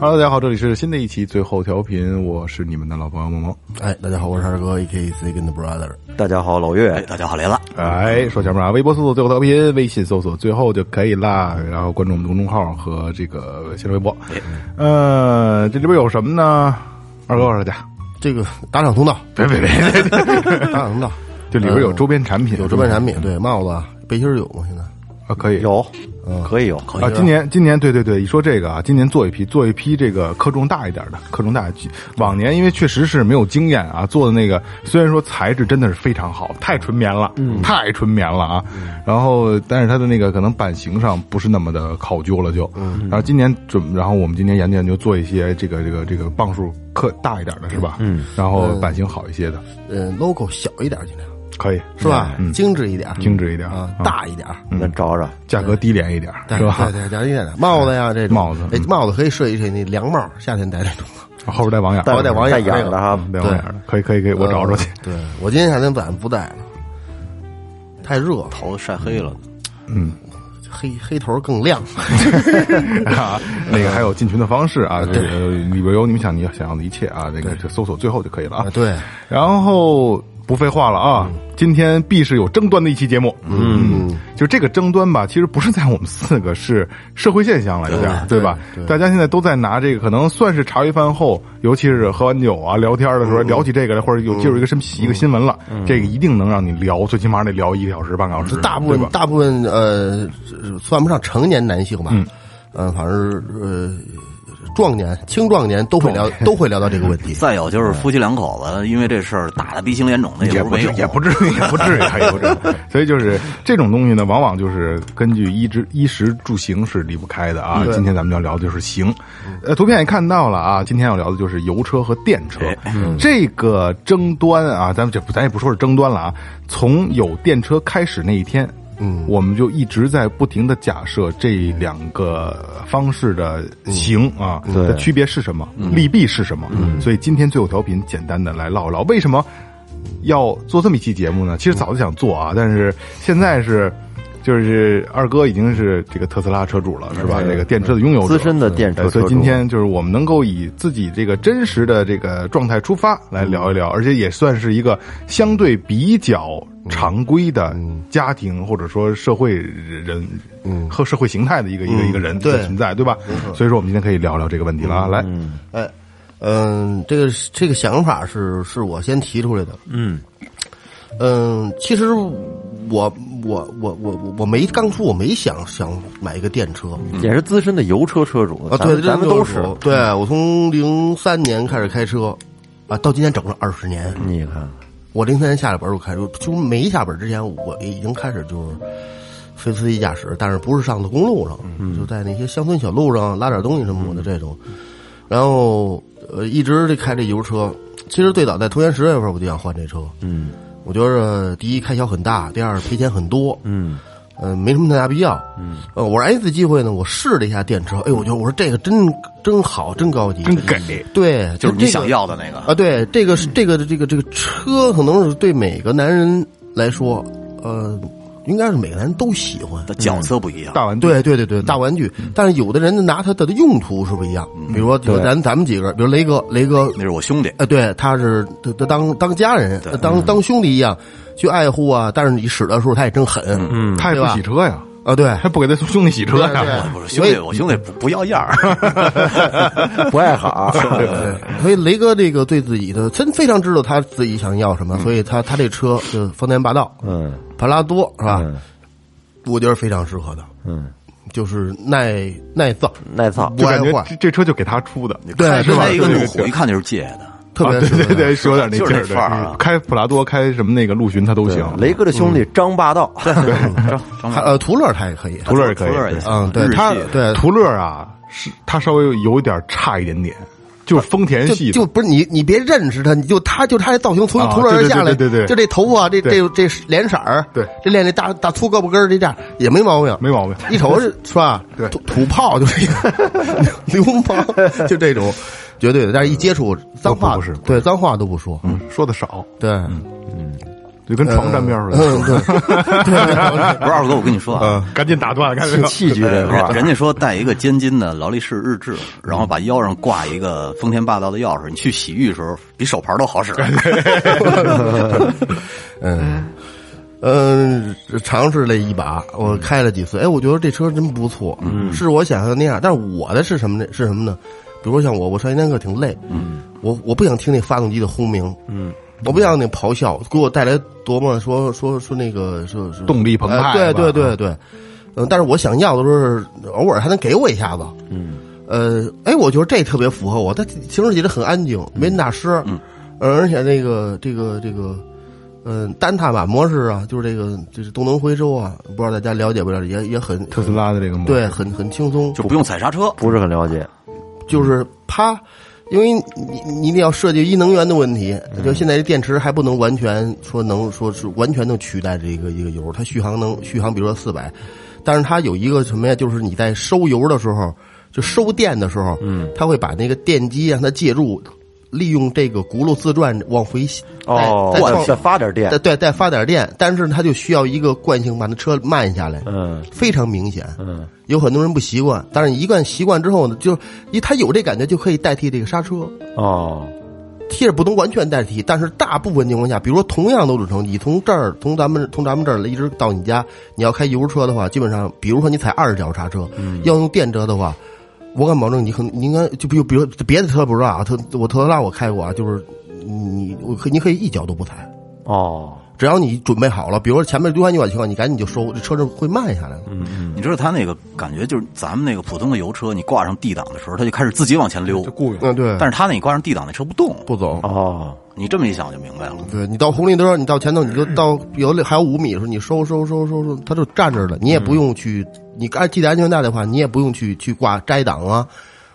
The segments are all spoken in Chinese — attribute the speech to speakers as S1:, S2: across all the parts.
S1: 哈喽，大家好，这里是新的一期最后调频，我是你们的老朋友萌萌。
S2: 哎，大家好，我是二哥，A.K.A. Second Brother。
S3: 大家好，老岳
S4: 哎，，大家好，雷了，
S1: 哎，说前面啊，微博搜索最后调频，微信搜索最后就可以啦，然后关注我们的公众号和这个新浪微博。
S2: 哎
S1: 呃，这里边有什么呢？二哥告诉大家，
S2: 这个打赏通道，
S1: 别别别，
S2: 打赏通道，
S1: 这里边有周边产品，
S2: 呃有周边产品，对帽子、背心儿有吗？现在
S1: 啊，可以
S3: 有，
S2: 嗯
S3: 可以有，
S1: 啊，今年今年对对对，一说这个啊，今年做一批做一批这个克重大一点的，克重大一些。往年因为确实是没有经验啊，做的那个虽然说材质真的是非常好，太纯棉了，
S2: 嗯
S1: 太纯棉了啊。然后但是它的那个可能版型上不是那么的考究了就。
S2: 嗯
S1: 然后今年准，然后我们今年研究研究做一些这个这个这个磅数克大一点的是吧？嗯。然后版型好一些的，嗯
S2: 呃，logo 小一点，尽量
S1: 可以
S2: 是吧？精致一点，
S1: 精致一点
S2: 啊，
S1: 嗯
S2: 大一点，
S3: 那找找，
S1: 价格低廉一点
S2: 对
S1: 是吧
S2: 对？对，讲一点，帽子呀，这种
S1: 帽子
S2: 哎
S1: 嗯，
S2: 帽子可以设计设计那凉帽，夏天戴那种。
S1: 后边带网眼，嗯
S2: 带网
S3: 带
S2: 眼儿那
S3: 眼
S2: 个
S3: 的哈，
S1: 带网眼的，可以可以可以，我找找去。
S2: 呃对我今天夏天晚不戴了，太热了，
S4: 头晒黑了，
S1: 嗯
S2: 黑黑头更 亮。
S1: 啊，那个还有进群的方式啊，这个里边有你们想你要想要的一切啊，那个就搜索最后就可以了啊
S2: 啊，。对，
S1: 然后不废话了啊，今天必是有争端的一期节目。嗯，就这个争端吧，其实不是在我们四个，是社会现象了，有点儿对吧？大家现在都在拿这个，可能算是茶余饭后，尤其是喝完酒啊、聊天的时候聊起这个来，或者有进入一个什么一个新闻了，这个一定能让你聊，最起码得聊一个小时、半个小时，
S2: 大部
S1: 对
S2: 分
S1: 吧？
S2: 大部分呃，算不上成年男性吧，嗯，呃，反正是呃，壮年、青壮年都会聊，都会聊到这个问题。
S4: 再有就是夫妻两口子因为这事儿打的鼻青脸肿的
S1: 也
S4: 不
S1: 不
S4: 是
S1: 至
S4: 没有，
S1: 也不至于，也不至于，啊也不至 于。所以就是这种东西呢，往往就是根据衣之衣食住行是离不开的啊。今天咱们要聊的就是行，呃，图片也看到了啊。今天要聊的就是油车和电车
S4: 哎嗯
S1: 这个争端啊，咱们就不咱也不说是争端了啊。从有电车开始那一天。嗯，我们就一直在不停的假设这两个方式的
S4: 嗯
S1: 行啊的区别是什么，利弊是什么。
S4: 嗯
S1: 所以今天最后调频简单的来唠一唠，为什么要做这么一期节目呢？其实早就想做
S3: 嗯
S1: 啊，但是现在是。就是二哥已经是这个特斯拉车主了，是吧？这个电车的
S2: 嗯
S1: 拥有者，哎
S3: 资深的电车
S2: 哎
S1: 对所以
S3: 车主
S1: 今天就是我们能够以自己这个真实的这个状态出发来聊一聊，
S3: 嗯
S1: 而且也算是一个相对比较常规的家庭或者说社会人
S3: 嗯
S1: 和社会形态的一个一个一个人
S2: 对
S1: 的存在，对吧？所以说我们今天可以聊聊这个问题了啊，来，
S2: 哎，嗯，这个这个想法是是我先提出来的。嗯，嗯，其实我我我我我我没当初我没想想买一个电车。
S3: 嗯也是资深的油车车主
S2: 啊，
S3: 咱们
S2: 对，
S3: 咱们
S2: 这
S3: 都，
S2: 就是
S3: 嗯
S2: 我对我从零三年开始开车，啊，到今年整整二十年。
S3: 你看，
S2: 我零三年下了本儿我开始，就没下本儿之前，我已经开始就是非司机驾驶，但是不是上的公路上，就在那些乡村小路上拉点东西什么的这种。然后呃，一直这开这油车。其实最早在同年十月份我就想换这车，嗯，我觉着第一开销很大，第二赔钱很多，嗯。呃，没什么太大必要。嗯，呃，我是一次机会呢，我试了一下电车，哎呦，我觉得我说这个真真好，真高级，
S1: 真给，
S2: 对，
S4: 就
S2: 这
S4: 是你
S2: 个
S4: 想要的那个。
S2: 啊，对，这个是这个这个这个车，可能是对每个男人来说，呃，应该是每个男人都喜欢。
S4: 的角色不一样，
S1: 大碗
S2: 对对对对，大玩具。但是有的人拿它的用途是不一样，比如说就咱咱们几个，比如雷哥，嗯雷哥，
S4: 那是我兄弟，
S2: 呃，对，他是他他当当家人，当当兄弟一样去爱护啊。但是你使的时候，他也真狠，嗯
S1: 他也不洗车呀，
S2: 啊，对，
S1: 他不给他兄弟洗车
S2: 对对
S1: 呀。
S4: 不是兄
S2: 所以
S4: 弟，我兄弟不不要样儿，
S3: 不爱 好，啊
S2: 啊所以雷哥这个对自己的真非常知道他自己想要什么，所以他他这车就丰田霸道，
S3: 嗯，
S2: 帕拉多是吧？
S3: 嗯
S2: 我觉得非常适合的，
S3: 嗯，
S2: 就是耐耐造，
S3: 耐操，
S2: 不
S1: 就
S2: 爱
S1: 感觉
S2: 坏，
S1: 这这车就给他出的，
S2: 对
S1: 是
S4: 是
S1: 吧？
S4: 吧？一个
S1: 对
S4: 路
S1: 对
S4: 虎，一看就是借的，
S2: 特别
S1: 啊对
S2: 适合。
S1: 对对，是有点那劲儿
S4: 就是这范儿啊
S1: 的。开普拉多，开什么那个陆巡，他都行。
S3: 雷哥的兄
S2: 嗯
S3: 弟张霸 道，
S4: 张
S2: 他
S4: 亮
S2: 呃，途乐他也可以，
S1: 途乐也可
S4: 途乐也
S1: 以，
S4: 行
S2: 嗯，对
S4: 日系
S2: 他
S4: 的
S2: 对
S1: 途乐啊，是他稍微有一点差一点点。就是丰田
S2: 就
S1: 系的
S2: 就不是你，你别认识他，你就他就他这造型从
S1: 啊
S2: 从这
S1: 对
S2: 儿
S1: 对
S2: 下来，
S1: 对对对对
S2: 就这头发，这
S1: 对
S2: 这这脸色儿，
S1: 对
S2: 这练这大大粗胳膊根儿这样也没毛病，
S1: 没毛病。
S2: 一瞅就是吧？
S1: 对
S2: 土土炮就是一个 流氓，就这种，绝对的。但是一接触脏话，
S1: 不不是嗯
S2: 对脏话都不说，
S1: 说的少，
S2: 对，
S1: 就跟床沾边儿似的。 啊
S2: 嗯，对，
S5: 不是二哥，我跟你说啊，
S4: 嗯
S1: 赶紧打断，赶紧打断
S4: 器具这块
S5: 人
S4: 儿，
S5: 人家说戴一个尖金的劳力士日志，然后把腰上挂一个丰田霸道的钥匙，你去洗浴的时候比手牌都好使。
S2: 嗯，尝试了一把，我开了几次，哎，我觉得这车真不错，嗯，是我想象的那样。但是我的是什么呢？是什么呢？比如说像我，我上一天课挺累，嗯，我我不想听那发动机的轰鸣，嗯，我不想那咆哮给我带来多么说说说那个说说
S1: 动力澎湃
S2: 哎
S1: 是吧
S2: 对对对对，嗯，但是我想要的时候，偶尔还能给我一下子，嗯，呃，哎，我觉得这特别符合我，它行驶起来很安静，没那么大声，嗯，而且那个这个这个。嗯，单踏板模式啊，就是这个，就是动能回收啊，不知道大家了解不了解，也也很
S1: 特斯拉的这个模式
S2: 对，很很轻松，
S5: 就不用踩刹车，
S4: 不是很了解。
S2: 就是啪，因为你你得要涉及一能源的问题，
S4: 嗯
S2: 就现在这电池还不能完全说能说是完全能取代这个一个油，它续航能续航，比如说四百，但是它有一个什么呀？就是你在收油的时候，就收电的时候，嗯，它会把那个电机让它借助利用这个轱辘自转往回再
S4: 哦
S2: 哎再，
S4: 我
S2: 创
S4: 再发点电
S2: 再，对再发点电，但是它就需要一个惯性把那车慢下来，
S4: 嗯
S2: 非常明显。
S4: 嗯，
S2: 有很多人不习惯，但是你一旦习惯之后呢，就因为他有这感觉就可以代替这个刹车。
S4: 哦，
S2: 贴着不能完全代替，但是大部分情况下，比如说同样的路程，你从这儿从咱们从咱们这儿一直到你家，你要开油车的话，基本上，比如说你踩二十脚刹车，要用电车的话，我敢保证你可能你应该就比如比如别的车不知道啊，特我特斯拉我开过啊，就是你我可你可以一脚都不踩，
S4: 哦，
S2: 只要你准备好了，比如说前面溜完一脚情况，你赶紧就收，这车就会慢下来了。
S5: 你知道他那个感觉就是咱们那个普通的油车，你挂上 D 档的时候，它就开始自己往前溜，
S1: 雇佣
S2: 嗯，对，
S5: 但是他那你挂上 D 档，那车不动。
S2: 不走。
S4: 哦，
S5: 你这么一想就明白了。
S2: 对你到红绿灯，你到前头，你就到有还有五米的时候，你收收收收收，它就站这儿了，你也不用去，你按系着安全带的话，你也不用去去挂摘档啊，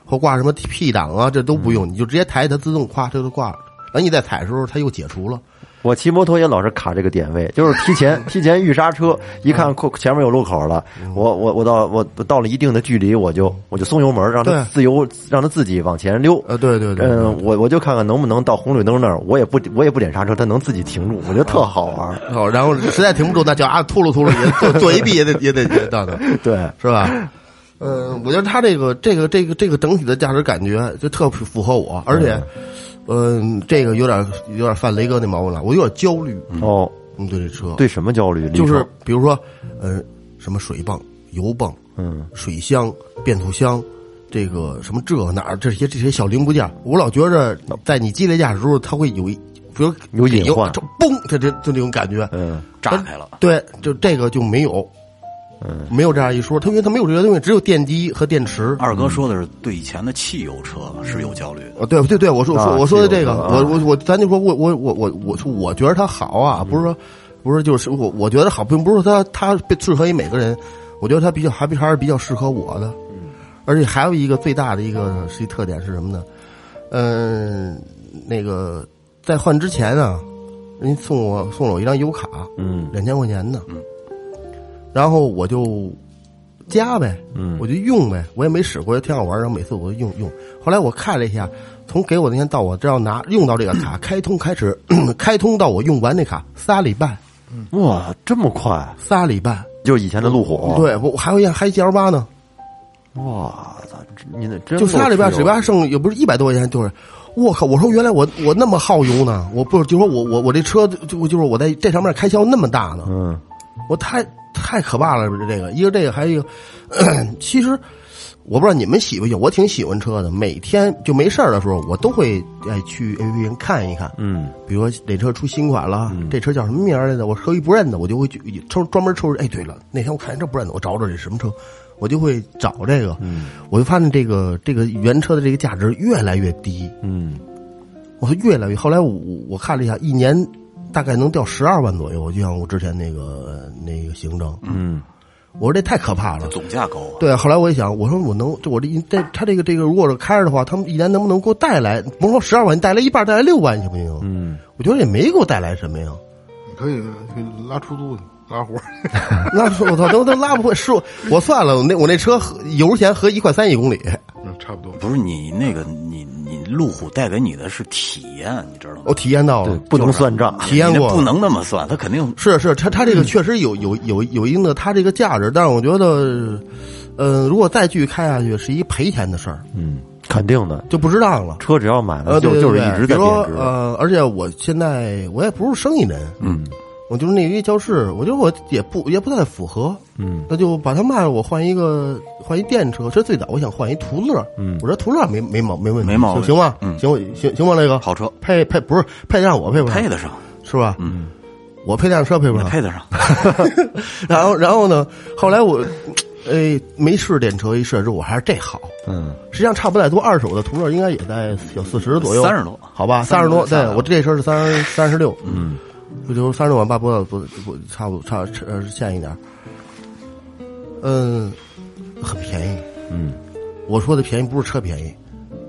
S2: 或挂什么 P 档啊，这都不用，你就直接抬它自动咵，这就挂了。然后你再踩的时候，它又解除了。
S4: 我骑摩托也老是卡这个点位， 就是提前提前预刹车，一看
S2: 嗯
S4: 库前面有路口了，我我我到我我到了一定的距离，我就我就松油门，让它
S2: 对
S4: 自由，让它自己往前溜。
S2: 呃，对对对，
S4: 嗯，我我就看看能不能到红绿灯那儿，我也不我也不点刹车，它能自己停住，我觉得特好玩 儿。
S2: 好，然后实在停不住，那脚啊秃噜秃噜也做做一臂也得也得也得到那儿。
S4: 对，
S2: 是吧？呃，我觉得他这个这个这个这个整体的驾驶感觉就特符合我，而且，嗯、这个有点有点犯雷哥那毛病了，我有点焦虑。
S4: 哦，
S2: 嗯，对这车，，
S4: 对什么焦虑？离
S2: 就是
S4: 手
S2: 比如说，呃，什么水泵、油泵、
S4: 嗯，
S2: 水箱、变速箱，这个什么这哪儿这些这些小零部件儿，我老觉着在你激烈驾驶时候，它会有一，比如
S4: 有隐患
S2: 就嘣，这这就那种感觉，
S4: 嗯
S5: 炸开了，
S2: 对，就这个就没有，嗯，没有这样一说。他因为他没有这些东西，只有电机和电池。
S5: 二哥说的是对以前的汽油车是有焦虑的，
S2: 啊，对对对，我说我说
S4: 啊
S2: 我说的这个，
S4: 是有的啊
S2: 我我我，咱就说我我我我我说我觉得它好啊，不是说不是就是我我觉得好，并不是说它它适合于每个人，我觉得它比较还比还是比较适合我的。
S4: 嗯
S2: 而且还有一个最大的一个是一特点是什么呢？嗯，那个在换之前啊，人家送我送了我一张油卡，
S4: 嗯
S2: 两千块钱呢，然后我就加呗，
S4: 嗯
S2: 我就用呗，我也没使过，挺好玩儿，然后每次我就用用。后来我看了一下，从给我那天到我这要拿用到这个卡开通开始， 开通到我用完那卡仨礼拜，
S4: 哇，这么快，
S2: 仨礼拜，
S4: 就是以前的路虎，，
S2: 对我我还有一还 G L 八呢，
S4: 哇操，你那真
S2: 就仨礼拜，
S4: 只
S2: 只还剩也不是一百多块钱，就是。我靠！我说原来我我那么耗油呢，我不就说我我我这车就就是我在这上面开销那么大呢，
S4: 嗯
S2: 我太太可怕了，这个一个这个，还有一个，其实我不知道你们喜不喜欢，我挺喜欢车的。每天就没事儿的时候，我都会哎去 A P P 上看一看，
S4: 嗯
S2: 比如说哪车出新款了，这车叫什么名儿来着？我车一不认得，我就会去抽专门抽。哎，对了，那天我看这不认得，我找找这什么车，我就会找这个，我就发现这个这个原车的这个价值越来越低，
S4: 嗯，
S2: 我说越来越。后来我我看了一下，一年大概能掉十二万左右，就像我之前那个那个行政，嗯，我说这太可怕了。
S5: 总价高啊，
S2: 对，后来我一想，我说我能，就我这一这他这个这个，如果是开着的话，他们一年能不能给我带来？甭说十二万，你带来一半，带来六万行不行？嗯，我觉得也没给我带来什么呀。
S1: 你可以可以拉出租拉活，
S2: 那我操，都都拉不回，是我我算了，我那我那车合油钱合一块三一公里。
S1: 嗯 差不多。
S5: 不是你那个你你路虎带给你的是体验，你知道吗？
S4: 哦
S2: 我体验到了，
S4: 不能算账。
S2: 体验
S5: 你
S2: 过
S5: 这不能那么算，他肯定
S2: 是是，它它这个确实有有有有一定的它这个价值，但是我觉得，呃，如果再继续开下去，是一赔钱的事儿，
S4: 嗯，肯定的，
S2: 就不值当了。
S4: 车只要买
S2: 呃，
S4: 了
S2: 对对对，
S4: 就就是一直
S2: 比如
S4: 在贬
S2: 说
S4: 值。
S2: 呃，而且我现在我也不是生意人，嗯，我就是那一教室，我觉得我也不也不太符合，嗯，那就把它卖了，我换一个换一电车。这最早我想换一途乐，嗯，我说途乐没没毛没问题，
S5: 没毛病
S2: 行吧？
S5: 嗯
S2: 行我行行吧，那个
S5: 好车
S2: 配配不是配得上我配不上
S5: 配得上，
S2: 是吧？嗯，我配辆车配不上，
S5: 配得上。
S2: 然后，然后呢？后来我，哎，没试电车，一试之后，我还是这好。
S4: 嗯，
S2: 实际上差不太多，二手的途乐应该也在有四十左右，
S5: 30多
S2: 好吧，
S5: 30
S2: 三十多。
S5: 下
S2: 对
S5: 来了
S2: 我这车是三十三十六，嗯，也就是三十六万八不到，不不差不多差呃欠一点儿，嗯，很便宜，嗯，我说的便宜不是车便宜，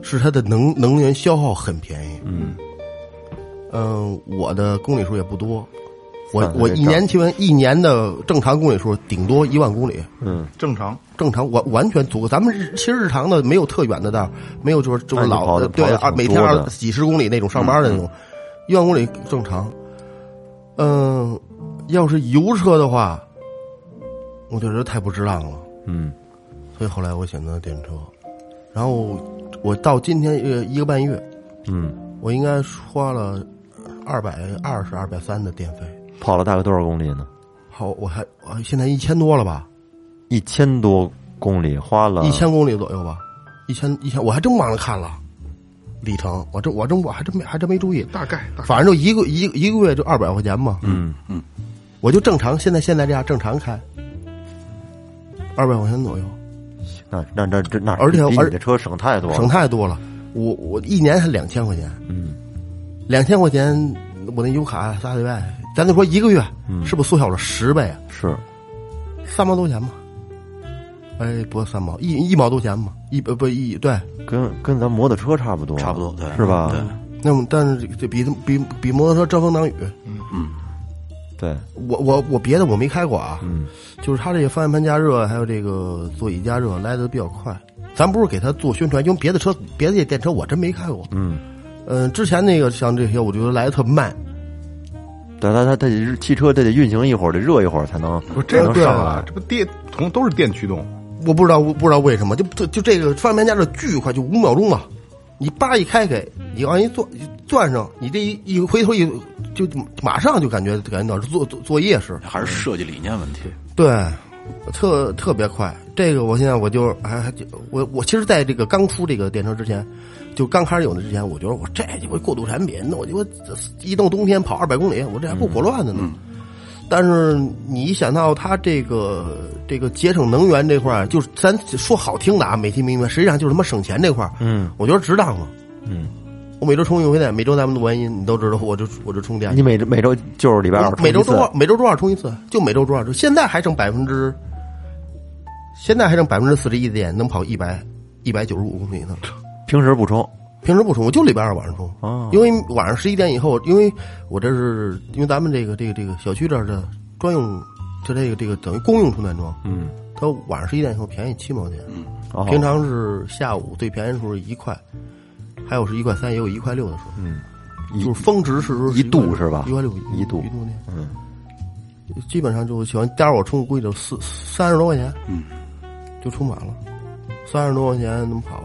S2: 是它的能能源消耗很便宜，嗯，嗯，我的公里数也不多。我
S4: 算了
S2: 我
S4: 这
S2: 一
S4: 账
S2: 年基本一年的正常公里数顶多一万公里，
S1: 正常，
S2: 正常完完全足够。咱们日其实日常的没有特远的道儿，没有就是就是
S4: 那你
S2: 老
S4: 跑得
S2: 呃对
S4: 跑得
S2: 啊，
S4: 挺
S2: 每天
S4: 多
S2: 二
S4: 的嗯
S2: 几十公里那种上班的那种，一万公里正常。嗯、要是油车的话，我就觉得太不值当了。
S4: 嗯，
S2: 所以后来我选择电车，然后我到今天呃一个半月，
S4: 嗯，
S2: 我应该花了二百二十二百三的电费，
S4: 跑了大概多少公里呢？
S2: 好，我还我还现在一千多了吧。
S4: 一千多公里，花了
S2: 一千公里左右吧，一千一千，我还真忘了看了里程，我这我真我还真没还真没注意，
S1: 大概大概。
S2: 反正就一个一个一个月就二百块钱嘛，嗯嗯，我就正常现在现在这样正常开，二百块钱左右，
S4: 那那那这那
S2: 而且
S4: 比
S2: 而
S4: 你的车省太多了，
S2: 省太多了，我我一年才两千块钱，嗯，两千块钱我那油卡仨礼拜，咱就说一个月，
S4: 嗯
S2: 是不是缩小了十倍啊？
S4: 是
S2: 三毛多钱嘛，哎，不是三毛，一一毛多钱嘛，一不不一对。
S4: 跟跟咱摩托车差不多，
S5: 差不多对
S4: 是吧？
S5: 对
S2: 那么，但是这比比比摩托车遮风挡雨，
S4: 对，嗯
S2: 我我我别的我没开过啊，就是它这个方向盘加热，还有这个座椅加热来的比较快。咱不是给它做宣传，因为别的车别的电车我真没开过，
S4: 嗯，
S2: 嗯、之前那个像这些，我觉得来的特慢，
S4: 但它它它得汽车它得运行一会儿，得热一会儿才能
S1: 不，
S4: 才
S1: 这
S4: 能
S1: 对
S4: 上
S1: 了
S4: 来，。
S1: 啊这不电同都是电驱动，
S2: 我不知道不知道为什么，就就就这个方向盘加热巨快，就五秒钟嘛，你叭一开开，你往一坐转上，你这一一回头一就马上就感觉感觉到作作作业似的。
S5: 还是设计理念问题。
S2: 对，特特别快。这个我现在我就还还就我我其实在这个刚出这个电车之前，就刚开始有的之前，我觉得我这鸡巴过渡产品，那我鸡巴一到冬天跑二百公里，我这还不火乱的呢。但是你一想到它这个这个节省能源这块儿，就是咱说好听的啊，美其名曰，实际上就是他妈省钱这块儿，
S4: 嗯，
S2: 我觉得值当了。嗯，我每周充一回电，每周咱们录完音，你都知道，我就我就充电。
S4: 你每周每周就是礼拜二
S2: 我，每周周
S4: 二
S2: 二，每周周二充一次，就每周周二充。现在还剩百分之，现在还剩百分之四十一的电，能跑一百一百九十五公里呢。
S4: 平时不充，
S2: 平时不充，我就礼拜二晚上充，
S4: 哦
S2: 因为晚上十一点以后，因为我这是因为咱们这个这个这个小区这儿的专用，就这个这个等于公用充电桩，
S4: 嗯，
S2: 它晚上十一点以后便宜七毛钱，
S4: 哦
S2: 平常是下午最便宜的时候是一块，还有是一块三，也有一块六的时候，嗯，就是峰值是说
S4: 一度是吧
S2: 一块六
S4: 一度
S2: 一度那，嗯，基本上就喜欢，待会儿我充估计就四三十多块钱，嗯，就充满了，三十多块钱能跑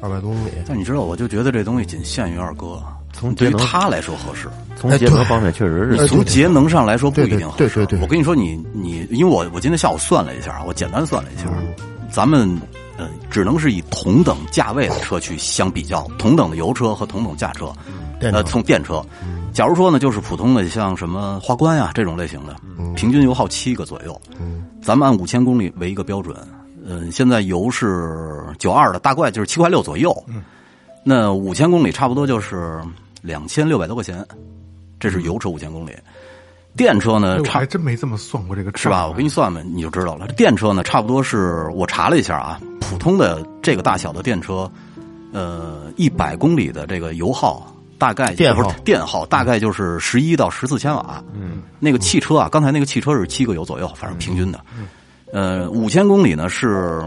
S2: 二百多公里，
S5: 但你知道，我就觉得这东西仅限于二哥，啊
S4: 从
S5: 对于
S4: 节能
S5: 他来说合适。
S4: 从
S2: 哎
S4: 节能方面确实
S5: 你
S4: 是
S5: 从节能上来说不
S2: 呃对
S5: 一
S2: 对
S5: 定合适。
S2: 对对对
S5: 我跟你说你，你因为我我今天下午算了一下，啊我简单算了一下，
S2: 嗯
S5: 咱们呃只能是以同等价位的车去相比较，同等的油车和同等价车，
S2: 电
S5: 呃，
S2: 车
S5: 从电车。假如说呢，就是普通的像什么花冠呀、啊这种类型的，平均油耗七个左右，咱们按五千公里为一个标准。嗯，现在油是九二的，大概就是七块六左右。那五千公里差不多就是两千六百多块钱，这是油车五千公里。电车
S1: 哎
S5: 呢，
S1: 我
S5: 呃差
S1: 还真没这么算过这个账，
S5: 是吧？
S2: 啊
S5: 我给你算算，你就知道了。电车呢，差不多是我查了一下啊，普通的这个大小的电车，呃，一百公里的这个油耗大概
S2: 电耗嗯
S5: 不是电耗大概就是十一到十四千瓦。嗯，那个汽车啊，刚才那个汽车是七个油左右，反正平均的。
S2: 嗯
S5: 呃，五千公里呢是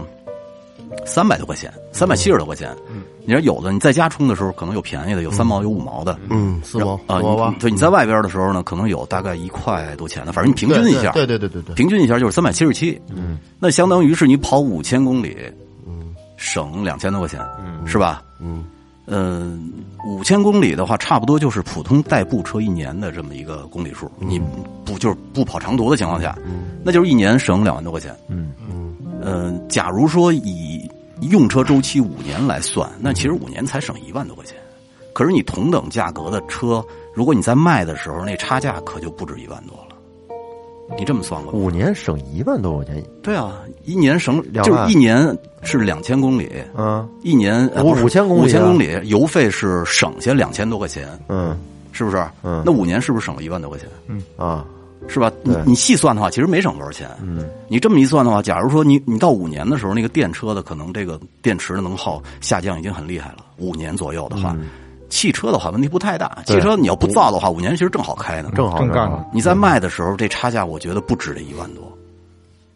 S5: 三百多
S2: 嗯
S5: 块钱，三百七十多块钱。嗯，你说有的你在家充的时候可能有便宜的，有三毛有五毛的。
S2: 嗯，四毛
S5: 啊，
S2: 五毛
S5: 你
S2: 吧嗯
S5: 你，对，你在外边的时候呢，可能有大概一块多钱的，反正你平均一下，
S2: 对对对对对对，
S5: 平均一下就是三百七十七，嗯，那相当于是你跑五千公里，省两千多块钱，嗯，是吧？
S2: 嗯，
S5: 呃，五千公里的话，差不多就是普通代步车一年的这么一个公里数，你不就是不跑长途的情况下，那就是一年省两万多块钱，嗯嗯，呃，假如说以用车周期五年来算，那其实五年才省一万多块钱。可是你同等价格的车，如果你在卖的时候，那差价可就不止一万多了。你这么算过吗？
S4: 五年省一万多块钱，
S5: 对啊，一年省
S4: 两
S5: 就
S4: 万
S5: 是一年是两千公里，
S2: 啊
S4: 嗯
S5: 一年
S4: 五
S5: 五
S4: 五千公里啊
S5: 五千公里油费是省下两千多块钱，
S4: 嗯
S5: 是不是？
S4: 嗯
S5: 那五年是不是省了一万多块钱？
S4: 啊，
S5: 是吧？你
S4: 对
S5: 你细算的话，其实没省多少钱。嗯，你这么一算的话，假如说你你到五年的时候，那个电车的可能这个电池的能耗下降已经很厉害了，五年左右的话，汽车的话问题不太大。
S4: 嗯对
S5: 汽车你要不造的话，五年其实正好开呢。
S4: 正好
S1: 正干
S4: 好
S1: 了
S5: 你在卖的时候，这差价我觉得不止这一万多。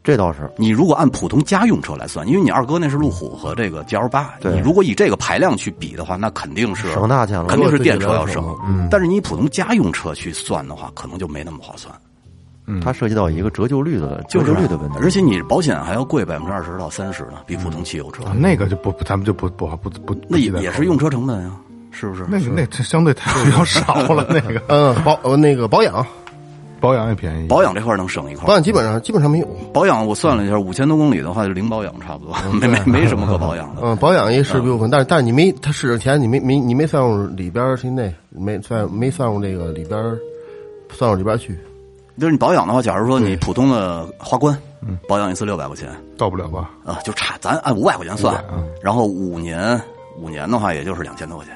S4: 这倒是
S5: 你如果按普通家用车来算，因为你二哥那是路虎和这个 G L 八，
S4: 对
S5: 你如果以这个排量去比的话，那肯定是啊
S4: 省大钱了
S5: 肯定是电车要省
S2: 如果。
S5: 但是你以普通家用车去算的话，可能就没那么划算，
S4: 它涉及到一个折旧率的
S5: 就
S4: 折旧
S5: 是嗯啊
S4: 率的问题，
S5: 而且你保险还要贵百分之二十到三十呢，比普通汽油车，
S1: 啊那个就不，不咱们就不不啊不不，不
S5: 那也
S1: 不再
S5: 也
S1: 考
S5: 是
S1: 虑
S5: 用车成本啊，是不是？
S1: 那个那这相对太比较少了，那 个
S2: 嗯，保呃那个保养，
S1: 保养也便宜，
S5: 保养这块能省一块
S2: 保。养基本上基本上没有，
S5: 保养我算了一下，五千多公里的话，就零保养差不多，没没没什么可保养的。
S2: 嗯，保养也是部分，但是但是你没，他市场钱你没没你没算入里边儿去内，没算没算入那个里边儿，算入里边儿去，
S5: 就是你保养的话，假如说你普通的花冠，保养一次六百块钱，
S1: 到不了吧？
S5: 啊，就差咱按五百块钱算，然后五年五年的话，也就是两千多块钱。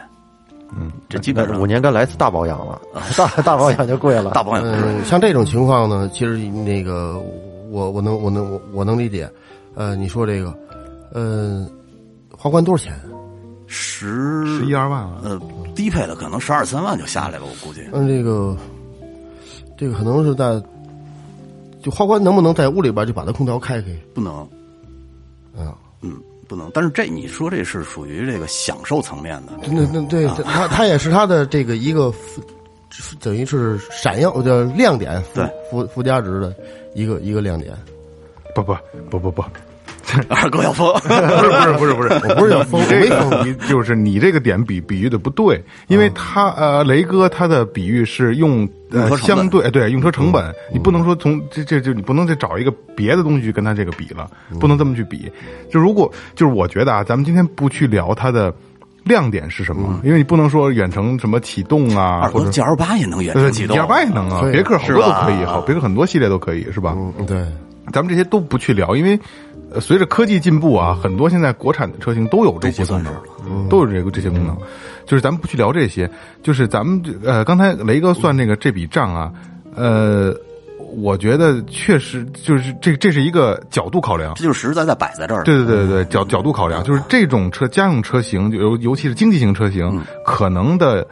S5: 嗯，这基本
S4: 那
S5: 上
S4: 五年该来次大保养 了，大大保养就贵了，
S5: 大保养不是。
S2: 嗯，像这种情况呢，其实那个我我能我能我我能理解，呃，你说这个，呃，花冠多少钱？
S5: 十
S1: 十一二万了，
S5: 呃，低配的可能十二三万就下来了，我估计。
S2: 嗯，这个这个可能是在，就花冠能不能在屋里边就把它空调开开？
S5: 不能，
S2: 啊，
S5: 嗯，不能。但是这你说这是属于这个享受层面的，
S2: 那那对他他也是他的这个一个附等于是闪耀叫亮点，附
S5: 对
S2: 附附加值的一个一个亮点。
S1: 不不不不不，
S5: 二哥要疯。
S1: 不是不是不是不是，我
S2: 不是要疯
S1: 你这
S2: 我没
S1: 个你就是你这个点比比喻的不对，因
S2: 哦
S1: 为他呃雷哥他的比喻是用
S5: 用
S1: 呃
S5: 车成本
S1: 相对哎对用车成
S2: 嗯
S1: 本，你不能说从这这就你不能再找一个别的东西去跟他这个比了，
S2: 嗯
S1: 不能这么去比。就如果就是我觉得啊，咱们今天不去聊它的亮点是什
S2: 嗯
S1: 么，因为你不能说远程什么启动啊，
S5: 二
S1: 或
S5: 哥
S1: 者
S5: G L 八也能远程
S1: 呃
S5: 启动，
S1: ，G 八也能啊，
S2: 对
S1: 别克好多都可以，
S5: 是吧
S1: 好别克很多系列都可以是吧？
S2: 嗯，对，
S1: 咱们这些都不去聊，因为呃随着科技进步啊，很多现在国产的车型都有这些功能，嗯都有这个这些功能。就是咱们不去聊这些，就是咱们这呃，刚才雷哥算这个这笔账啊，呃，我觉得确实就是这这是一个角度考量。
S5: 这就是实实在在摆在这儿。
S1: 对对对
S2: 嗯
S1: 对，角角度考量，就是这种车家用车型，就尤尤其是经济型车型，
S2: 嗯
S1: 可能的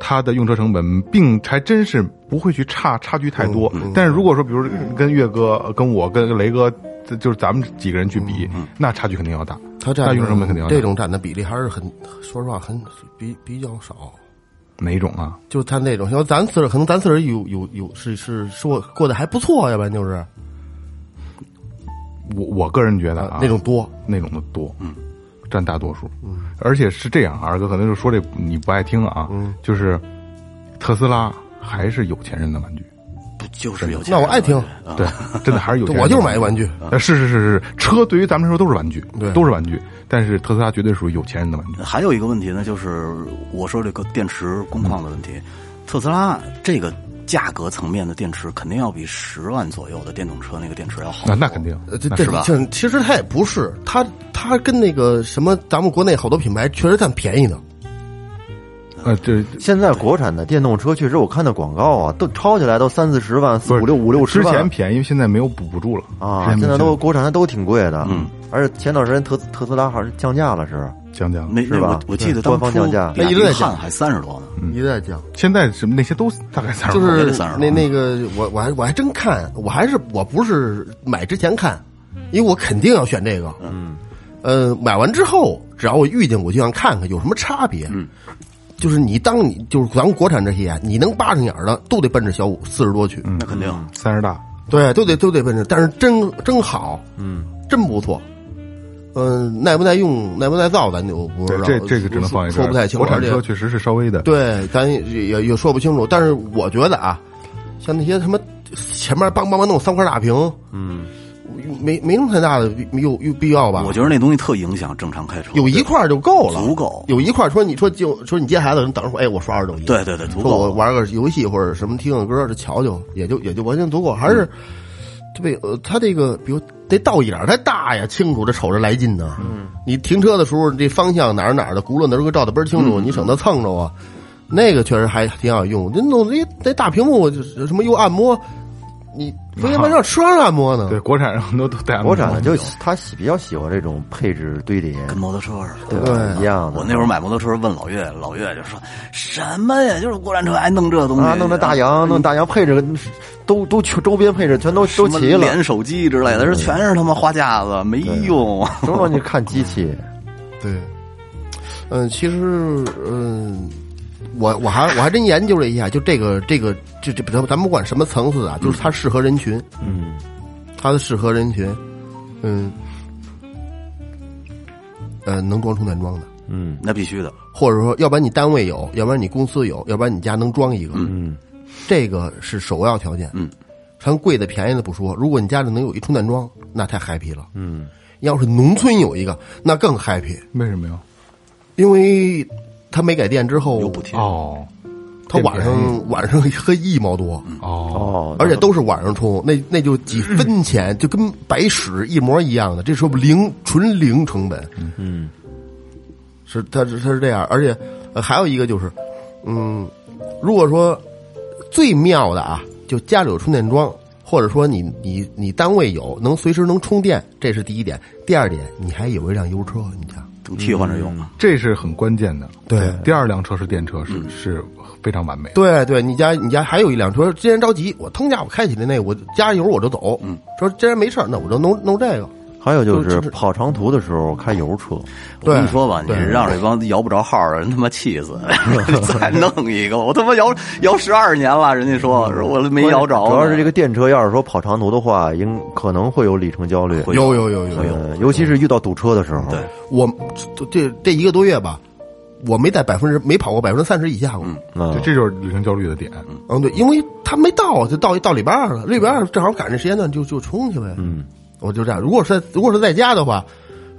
S1: 它的用车成本并还真是不会去差差距太
S2: 嗯
S1: 多。但是如果说，比如跟岳哥、跟我、跟雷哥，这就是咱们几个人去比，
S2: 嗯
S1: 那差距肯定要大。
S2: 他占
S1: 那用成本肯定要大
S2: 这种占的比例还是很，说实话很比比较少。
S1: 哪种啊？
S2: 就他那种，要咱四人可能咱四人有有有是是说过得还不错，要不然就是、
S1: 我我个人觉得啊，
S2: 呃那种多。
S1: 那种的多，嗯，占大多数，嗯，而且是这样啊，二哥可能就说这你不爱听啊，嗯，就是特斯拉还是有钱人的玩具，
S5: 不就是有钱
S2: 那
S5: 人
S2: 我
S5: 吗？
S2: 爱听，
S1: 对，真的还是有钱人
S2: 啊
S1: 的玩具。
S2: 我就是买一玩具。
S1: 呃，是是是是，车对于咱们来说都是玩具，
S2: 对
S1: 都是玩具。但是特斯拉绝对属于有钱人的玩具。
S5: 还有一个问题呢，就是我说这个电池工况的问题，特斯拉这个价格层面的电池肯定要比十万左右的电动车那个电池要好
S1: 啊那。那肯定，
S2: 呃，这
S1: 那
S2: 这
S1: 是吧？
S2: 这其实它也不是，它它跟那个什么，咱们国内好多品牌确实占便宜的。
S1: 呃，这
S4: 现在国产的电动车确实，我看那广告啊，都抄起来都三四十万、四
S1: 不是
S4: 五六五六十
S1: 之
S4: 万。
S1: 前便宜，现在没有补不住了
S4: 啊，
S1: 之前没
S4: 现
S1: 有
S4: 在都国产的都挺贵的，
S5: 嗯，
S4: 而且前段时间特特斯拉好像降价了，是
S1: 讲讲
S5: 那那
S4: 是吧
S5: 我我记得
S4: 对
S5: 当
S4: 官方
S5: 初
S4: 降价
S5: 比亚
S2: 那一
S5: 迪
S2: 论
S5: 汉还三十多呢，
S1: 嗯
S2: 一直在讲，
S1: 现在什么那些都大概三十
S2: 就
S1: 多，
S2: 是
S5: 得32
S2: 那那个我我还我还真看，我还是我不是买之前看，因为我肯定要选这个，嗯，呃，买完之后只要我遇见，我就想看看有什么差别，嗯。就是你当你就是咱们国产这些，啊你能巴上眼儿的都得奔着小五四十多去，
S1: 嗯
S5: 那肯定。
S4: 嗯
S1: 三十大，
S2: 对，都得都得奔着，但是真真好，嗯，真不错。嗯、耐不耐用、耐不耐造，咱就不知
S1: 对，
S2: 道。
S1: 这这个只能放一边。
S2: 说不太清楚。
S1: 国产
S2: 而
S1: 车
S2: 且
S1: 确实是稍微的，
S2: 对，咱也也也说不清楚。但是我觉得啊，像那些他妈前面梆梆梆弄三块大屏，嗯，没没什么太大的有有必要吧？
S5: 我觉得那东西特影响正常开车。
S2: 有一块就够了，
S5: 足够
S2: 有一块说你说就说你接孩子，你等着会儿，哎，我刷刷抖音，
S5: 对对对
S4: 嗯
S5: 足够
S2: 说我玩个游戏或者什么听个歌，这瞧瞧也就也就完全足够，还是这被呃他这个比如这倒影儿太大呀，清楚这瞅着来劲呢。嗯，你停车的时候这方向哪儿哪儿的轱辘能够照的倍儿清楚，你省得蹭着啊。那个确实还挺好用，那弄那那大屏幕就是什么又按摩，你为什么让车上按摩 呢？
S1: 对，国产很多都带
S4: 吧？
S5: 嗯
S4: 国产的就他喜比较喜欢这种配置堆叠，
S5: 跟摩托车似的。
S4: 对吧？一样的。
S5: 啊
S4: 嗯
S5: 我那会儿买摩托车问老岳，老岳就说什么呀，就是国产车还弄这东西，
S4: 啊，弄那大洋，弄大洋配置都都全周边配置全都
S5: 什
S4: 都
S5: 么
S4: 齐了，嗯
S5: 连手机之类的，这全是他妈花架子，没用。啊
S4: 都让你看机器。
S2: 对，嗯、其实，嗯、我我还我还真研究了一下，就这个这个这这，咱咱不管什么层次啊，就是它适合人群，嗯，它的适合人群，嗯，呃，能装充电桩的，
S4: 嗯
S5: 那必须的，
S2: 或者说，要不然你单位有，要不然你公司有，要不然你家能装一个，嗯，这个是首要条件，
S5: 嗯，
S2: 咱贵的便宜的不说，如果你家里能有一充电桩，那太 happy 了，嗯，要是农村有一个，那更 happy。
S1: 为什么呀？
S2: 因为他没改电之后，
S5: 有补贴。
S1: 哦
S2: 他晚上晚上喝一毛多，
S1: 哦，
S4: 哦，
S2: 而且都是晚上充，那那就几分钱，就跟白使一模一样的，这时候零纯零成本。嗯，是他是他是这样，而且、呃还有一个就是，嗯，如果说最妙的啊，就家里有充电桩。或者说你你你单位有能随时能充电，这是第一点。第二点，你还有一辆油车，你家
S5: 等替换着用，啊
S1: 这是很关键的。呃
S2: 对嗯
S1: 第二辆车是电车，是是非常完美的。
S2: 对对，你家你家还有一辆车，既然着急，我腾家我开起来那，我加油我就走。嗯，说既然没事儿，那我就弄弄这个。
S4: 还有就是
S2: 就是
S4: 跑长途的时候开油车，
S5: 我跟你说吧，你
S2: 对
S5: 让这帮摇不着号的人他妈气死，再弄一个，我他妈摇摇十二年了，人家说说我没摇着呢，
S4: 主要是这个电车，要是说跑长途的话，应可能会有里程焦虑，
S5: 会
S2: 有有有有有，
S4: 呃，尤其是遇到堵车的时候。
S5: 对，
S2: 我这这这一个多月吧，我没在百分之没跑过百分之三十以下过。
S4: 嗯
S1: 对，，这就是旅行焦虑的点。
S2: 哦嗯，对，因为他没到，啊就到到礼拜二了，礼拜二正好赶上时间段就就冲去呗。嗯，我就这样。如果是在如果是在家的话，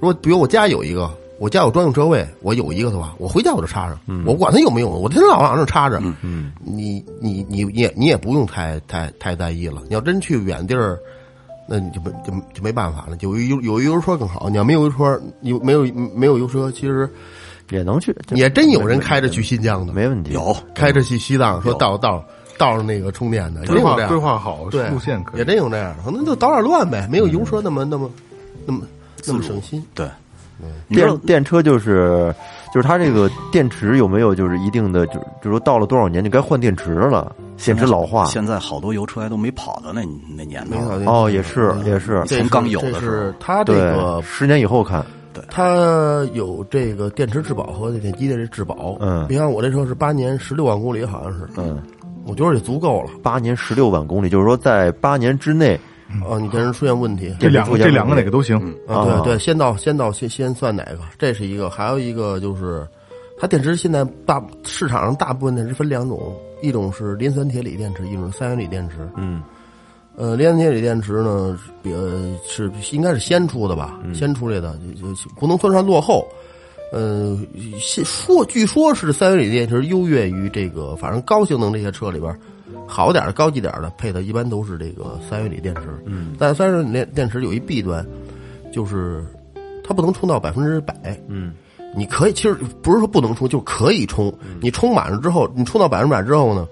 S2: 如果比如我家有一个，我家有专用车位，我有一个的话，我回家我就插上，我不管它有没有，我天天老往上插嗯着。嗯嗯，你你你你也你也不用太太太在意了。你要真去远地儿。那你就没就就没办法了，有一有有一油车更好。你要没有油车，有没有没有油车，其实
S4: 也能去，
S2: 也真有人开着去新疆的，
S4: 没问题。
S5: 有
S2: 开着去西藏，说到道道上那个充电的，也有
S1: 规
S2: 这
S1: 划
S2: 样
S1: 规划好
S2: 对
S1: 路线可以
S2: 也。真有这样的，可能就捣点乱呗，没有油车那么那么那么那么省心。
S5: 对，你
S4: 电
S5: 说
S4: 电车就是就是它这个电池有没有就是一定的，就是就是说到了多少年就该换电池了，电池老化。
S5: 现在好多油车还都没跑到那那年头
S2: 没，有
S4: 哦，也是也是，
S2: 这
S5: 从刚有
S2: 这
S5: 的时
S2: 是
S5: 候
S2: 它这
S4: 对，
S2: 嗯个
S4: 十年以后看，
S2: 它有这个电池质保和这电机的这质保。
S4: 嗯
S2: 你看我这车是八年十六万公里，好像是。嗯，我觉得也足够了。
S4: 八年十六万公里，就是说在八年之内，
S2: 啊，你跟人出现问题，
S1: 这两
S4: 电
S1: 个
S4: 池
S1: 这两个哪个都行，
S2: 啊，
S4: 啊
S2: 对对，先到先到先先算哪个？这是一个，还有一个就是，它电池现在大市场上大部分电池分两种，一种是磷酸铁锂电池，一种是三元锂电池。嗯，呃，磷酸铁锂电池呢，是比呃是应该是先出的吧，先出来的，就就不能算上落后。呃，现说据说是三元锂电池优越于这个，反正高性能这些车里边儿，好点儿的、高级点儿的配的，一般都是这个三元锂电池。嗯，但三元锂电池有一弊端，就是它不能充到百分之百。嗯，你可以，其实不是说不能充，就可以充。你充满了之后，你充到百分之百之后呢，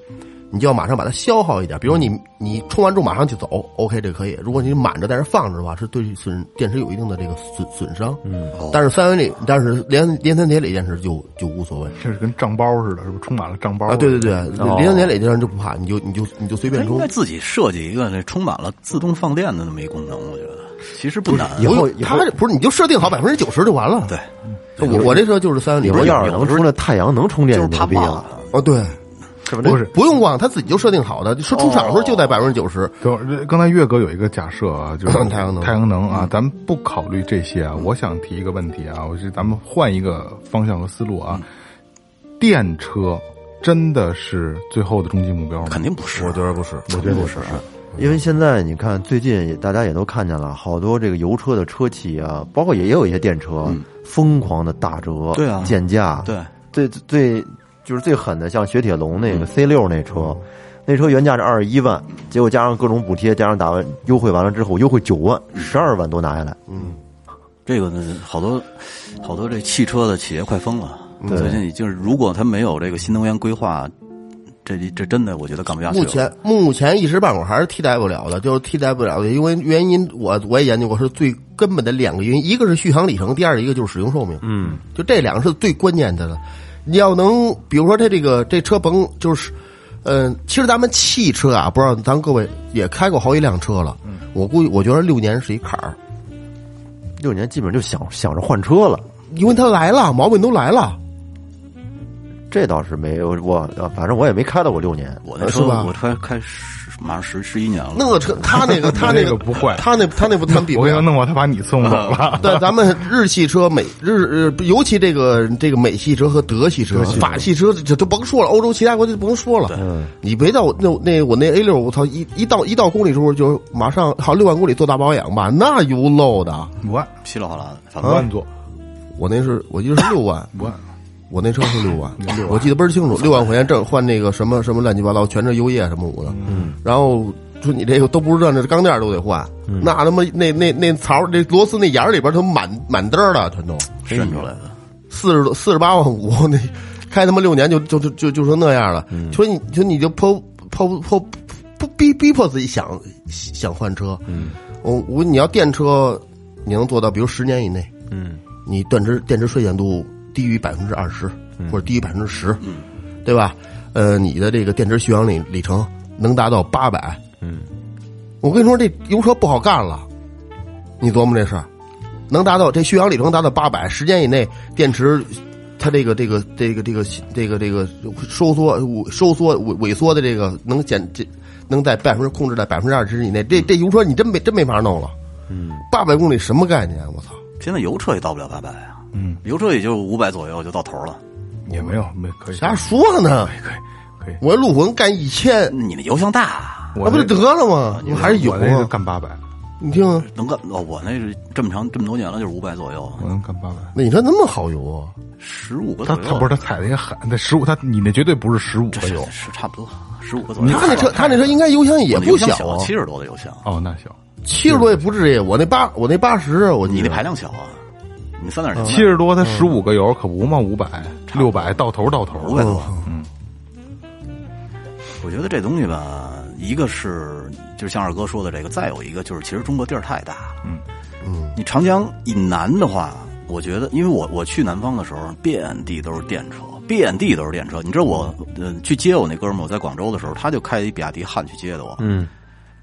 S2: 你就要马上把它消耗一点。比如你你充完之后马上就走，OK，这可以。如果你满着在这放着的话，是对损电池有一定的这个损损伤。嗯，
S4: 哦
S2: 但是三元锂，但是连连三铁锂电池就就无所谓
S1: 这是跟账包似的，是不是充满了账包
S4: 哦
S2: 啊。对对对，连三铁锂电池就不怕，你就你就你就随
S5: 它
S2: 便
S5: 应
S2: 充
S5: 该。自己设计一个那充满了自动放电的那么一功能，我觉得其实不难。
S4: 以后以
S2: 它
S4: 后
S2: 不是你就设定好百分之九十就完了。
S5: 对，
S2: 就我我这车就是三元锂，
S4: 以后
S2: 我
S4: 要是能出来太阳能充电
S5: 就
S4: 就是牛
S5: 怕
S4: 逼
S5: 忘
S4: 了，
S5: 了。
S2: 哦对。
S4: 是不哦
S1: 不
S4: 是？
S1: 是，
S2: 不用逛，他自己就设定好的，说出厂的时候就在百分之九十。
S1: 就刚才岳哥有一个假设啊，就是
S2: 太阳能嗯
S1: 太阳能啊，咱们不考虑这些啊。我想提一个问题啊，我是咱们换一个方向和思路啊。
S2: 嗯
S1: 电车真的是最后的终极目标吗？
S5: 肯定不是，
S2: 我觉得不是，
S5: 我觉得不是。
S4: 因为现在你看，最近也大家也都看见了，好多这个油车的车企啊，包括也有一些电车，疯狂的打折，
S5: 嗯对啊
S4: 减价，
S5: 对，
S4: 最最就是最狠的，像雪铁龙那
S5: 嗯
S4: 个 C 六那车，那车原价是二十一万，结果加上各种补贴，加上打完优惠完了之后，优惠九万，
S5: 嗯
S4: 十二万多拿下来，
S5: 这个呢，好多好多这汽车的企业快疯了。
S4: 对
S5: 最近就是，如果他没有这个新能源规划，这这真的我觉得干不下去了。
S2: 目前目前一时半会儿还是替代不了的，就是替代不了的，因为原因我我也研究过，是最根本的两个原因，一个是续航里程，第二一个就是使用寿命。嗯，就这两个是最关键的了。你要能，比如说它这个这车甭就是，嗯、其实咱们汽车啊，不知道咱各位也开过好几辆车了，我估计我觉得六年是一坎儿，
S4: 六年基本就想想着换车了。
S2: 因为它来了，毛病都来了。
S4: 这倒是没有，我啊反正我也没开到过六年，
S5: 我那
S2: 是
S5: 车
S2: 吧
S5: 我开开十马上十十一年了。
S2: 那个车，他 那个他那
S1: 那
S2: 个
S1: 个不坏
S2: 他那他那啊不他比
S1: 我
S2: 不
S1: 跟你
S2: 了
S1: 说，。弄我他把你送走 了。
S2: 对，咱们日系车、美日呃，尤其这个这个美系车和德系车、嗯法系车，这都甭说了，欧洲其他国家就甭说了。你别到那那我那 A 六，我操，一一到一到公里数就马上好六万公里做大保养吧，那油漏的。
S1: 五万，
S5: 稀里哗
S2: 啊
S5: 啦的，反
S1: 五
S5: 正
S1: 万多，
S2: 我那是我记得是六万，
S1: 五万。
S2: 我那车是六万，我记得倍儿清楚，六万块钱挣换那个什么什么乱七八糟，全是油液什么五的，嗯，然后说你这个都不是转，这钢架都得换，那他妈那那那槽那螺丝那眼儿里边儿都满满嘚儿的，全都
S5: 渗出来的。
S2: 四十多四十八万五，那开他妈六年就就就就就成那样了，说你说你就迫迫迫不逼逼迫自己想想换车，嗯，我我你要电车，你能做到比如十年以内，
S4: 嗯，
S2: 你电池电池衰减度低于百分之二十或者低于百分之十，对吧？呃，你的这个电池续航里里程能达到八百，嗯，我跟你说这油车不好干了，你琢磨这事儿，能达到这续航里程达到八百，时间以内电池。它这个这个这个这个这个这个收缩收缩萎萎缩的这个能减减能在百分之控制在百分之二十以内，这这油车你真没真没法弄了。嗯，八百公里什么概念？我操！
S5: 现在油车也到不了八百啊，嗯，油车也就五百左右就到头了。
S1: 也没有，没可以。
S2: 瞎说呢！
S1: 可以，
S2: 我陆魂干一千，
S5: 你那油箱大啊，
S2: 那
S1: 我
S2: 不就得了吗？
S1: 这
S2: 还是有
S1: 我这个
S2: 啊！
S1: 干八百，
S2: 你听啊，
S5: 能干哦，我那是这么长这么多年了，就是五百左右，
S1: 我能干八百。
S2: 那你说那么好油啊？
S5: 十五个
S1: 他
S5: 左右。
S1: 他不是他踩的也狠，他十五，他你那绝对不是十五个油
S5: 是是差不多十五个左右。
S2: 他那车他那车应该油箱也
S5: 啊我那
S2: 不
S5: 油箱
S2: 小
S5: 小，
S2: 啊，
S5: 七十多的油箱，
S1: 哦，那行，
S5: 嗯
S2: 七十多也不至于。我那八我那八十，我记
S5: 你
S2: 得
S5: 那排量小啊，你三
S2: 嗯
S5: 点零
S1: 七十多，他十五个油可不嘛，五百六百到头到头
S5: 五百多，嗯。我觉得这东西吧，一个是就像二哥说的这个，再有一个就是，其实中国地儿太大了。嗯嗯，你长江以南的话，我觉得，因为我我去南方的时候，遍地都是电车，遍地都是电车。你知道我，呃，去接我那哥们儿，我在广州的时候，他就开一比亚迪汉去接的我。嗯，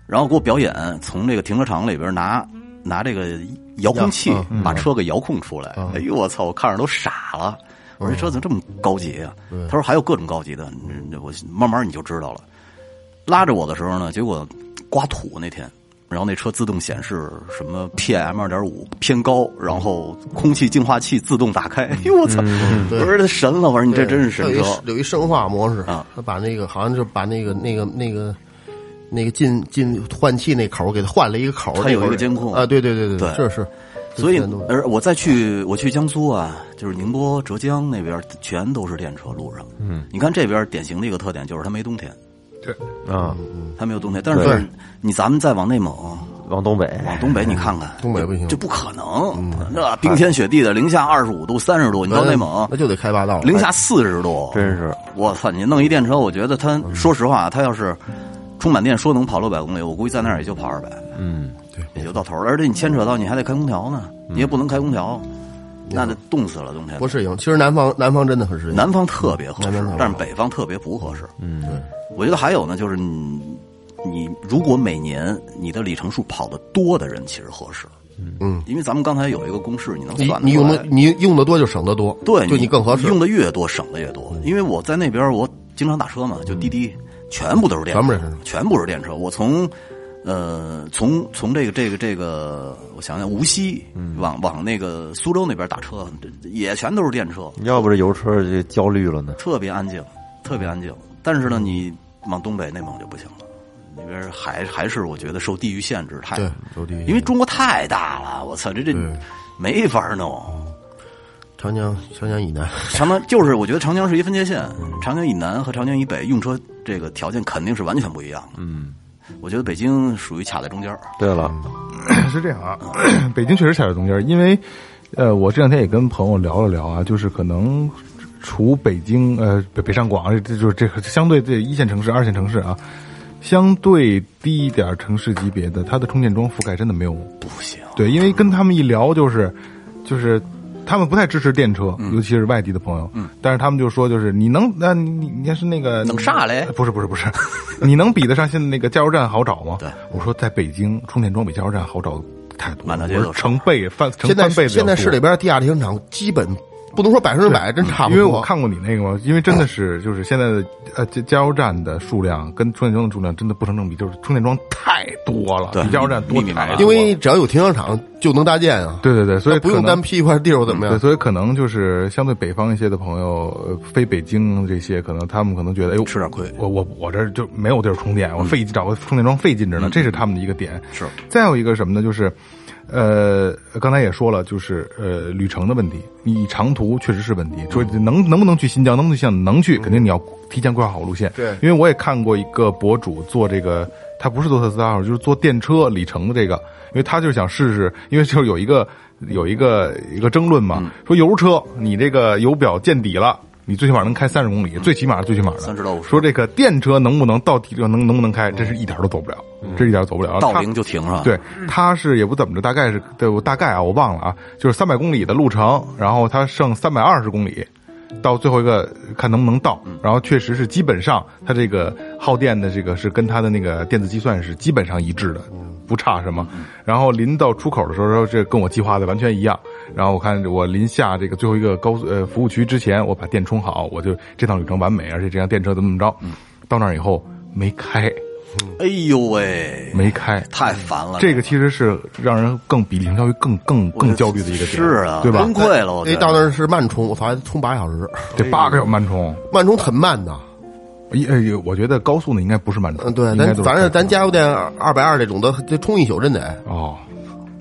S5: 然后给我表演从这个停车场里边拿拿这个遥控器把车给遥控出来。哎呦我操！我看着都傻了。我说这车怎么这么高级啊？他说还有各种高级的，你我慢慢你就知道了。拉着我的时候呢，结果刮土那天，然后那车自动显示什么 PM 二点五偏高，然后空气净化器自动打开。哎呦我操！我说这神了，我说你这真是神
S2: 对有一
S5: 车。
S2: 有一生化模式
S5: 啊，
S2: 他把那个好像是把那个那个那个那个进进换气那口儿给它换了一个口儿，
S5: 它有
S2: 那口儿
S5: 一个监控
S2: 啊，对对对
S5: 对
S2: 是是，
S5: 所以
S2: 这全都，
S5: 而我再去我去江苏啊，就是宁波、浙江那边，全都是电车路上。嗯，你看这边典型的一个特点就是它没冬天，
S1: 对，
S4: 啊，
S2: 嗯
S5: 它没有冬天。但是你咱们再往内蒙，
S4: 往东北，
S5: 往东北你看看，
S2: 哎东北不行嗯
S5: 这不可能，那冰天雪地的，零下二十五度、三十度，你到内蒙
S2: 哎那就得开霸道了，
S5: 零下四十度，
S4: 真是
S5: 我操！你弄一电车，我觉得他
S2: 嗯
S5: 说实话，他要是充满电说能跑六百公里，我估计在那儿也就跑二百，
S4: 嗯，
S5: 也就到头了。而且你牵扯到你还得开空调呢，你也不能开空调，那得冻死了冬天。
S2: 嗯哎不适应。其实南方南方真的很适应，
S5: 南方特别合
S2: 南方
S5: 适
S2: 特别，
S5: 但是北方特别不合适。
S4: 嗯，
S5: 我觉得还有呢，就是你你如果每年你的里程数跑得多的人，其实合适。
S2: 嗯，
S5: 因为咱们刚才有一个公式，你能
S2: 你
S5: 算
S2: 你
S5: 得出
S2: 用
S5: 来
S2: 的你用的多就省得多，
S5: 对，
S2: 就你更合适，嗯
S5: 用的越多省的越多。因为我在那边我经常打车嘛，就滴滴，全部都是电车，
S2: 全部是电车
S5: 全部是电车。我从呃从从这个这个这个，我想想，无锡
S2: 嗯
S5: 往往那个苏州那边打车，也全都是电车，
S4: 要不这油车就焦虑了呢。
S5: 特别安静，特
S2: 嗯
S5: 别安静。但是呢，你往东北内蒙就不行了，那边还还是我觉得受地域限制太，
S2: 对，走地
S5: 因为中国太大了，我操，这这
S2: 对
S5: 没法弄。
S2: 长江长江以南，
S5: 长江就是我觉得长江是一分界线，
S1: 嗯
S5: 长江以南和长江以北用车这个条件肯定是完全不一样的。
S4: 嗯，
S5: 我觉得北京属于卡在中间儿，
S4: 对了，
S1: 是这样啊， 北京确实踩在中间儿，因为呃，我这两天也跟朋友聊了聊啊，就是可能除北京呃北北上广，这这就是这个相对这一线城市、二线城市啊，相对低一点儿城市级别的，它的充电桩覆盖真的没有
S5: 不行。
S1: 对，因为跟他们一聊就是，就是他们不太支持电车，
S5: 嗯
S1: 尤其是外地的朋友。嗯，但是他们就说，就是你能，那、你你你要是那个呃
S5: 能啥嘞
S1: 不是不是不是， 你能比得上现在那个加油站好找吗？
S5: 对，
S1: 我说在北京充电桩比加油站好找太多了，
S5: 满大街
S1: 我
S5: 都
S1: 说
S5: 是
S1: 成倍翻成
S2: 现在
S1: 翻倍的
S2: 现在
S1: 要多
S2: 市里边地下停车场基本不能说百分之百，真差不多。
S1: 因为我看过你那个嘛，因为真的是就是现在的呃加加油站的数量跟充电桩的数量真的不成正比，就是充电桩太多了，
S5: 对
S1: 比加油站多
S5: 密密麻麻
S1: 太多
S2: 因
S1: 了
S2: 为只要有停车场就能搭建啊，
S1: 对对对，所以
S2: 那不用
S1: 可能
S2: 单批一块地儿我怎么
S1: 对，
S2: 样？
S1: 所以可能就是相对北方一些的朋友，呃非北京这些，可能他们可能觉得，哎呦，
S5: 吃点亏
S1: 我我我这儿就没有地儿充电，我费劲找个充电桩费劲着呢，这是他们的一个点。
S5: 是，
S1: 再有一个什么呢？就是，呃，刚才也说了，就是呃旅程的问题，你长途确实是问
S5: 嗯
S1: 题，说能能不能去新疆，能不能去香港能去，肯定你要提前规划好路线。
S2: 对
S1: 因为我也看过一个博主做这个，他不是做特斯拉，就是做电车里程的这个，因为他就是想试试，因为就是有一个有一个一个争论嘛，
S5: 嗯
S1: 说油车你这个油表见底了。你最起码能开三十公里，最起码最起码的
S5: 30到50
S1: 说这个电车能不能到底能能不能开，这是一点儿都走不了，这是一点儿走不了。
S5: 嗯到
S1: 他
S5: 零就停是吧？
S1: 对，他是也不怎么着，大概是对我大概啊，我忘了啊，就是三百公里的路程，然后他剩三百二十公里，到最后一个看能不能到。然后确实是基本上他这个耗电的这个是跟他的那个电子计算是基本上一致的，不差什么。然后临到出口的时候，这跟我计划的完全一样。然后我看我临下这个最后一个高速呃服务区之前，我把电充好，我就这趟旅程完美，而且这辆电车怎么怎么着，到那儿以后没开，
S5: 哎呦喂，
S1: 没开。
S5: 太烦了，
S1: 这个其实是让人更比零效率更更更焦虑的一个点，
S5: 是啊，
S1: 对吧哎
S5: 崩？溃了，我觉
S2: 那
S5: 得
S2: 到那儿是慢充，我操，还充八小时，
S1: 得八个小时慢充，
S2: 慢充很慢的。
S1: 一哎，我觉得高速呢应该不是慢充，
S2: 嗯，对，
S1: 应该
S2: 咱
S1: 就是
S2: 反
S1: 快
S2: 正咱加油电二百二这种的，这充一宿真得。
S1: 哦，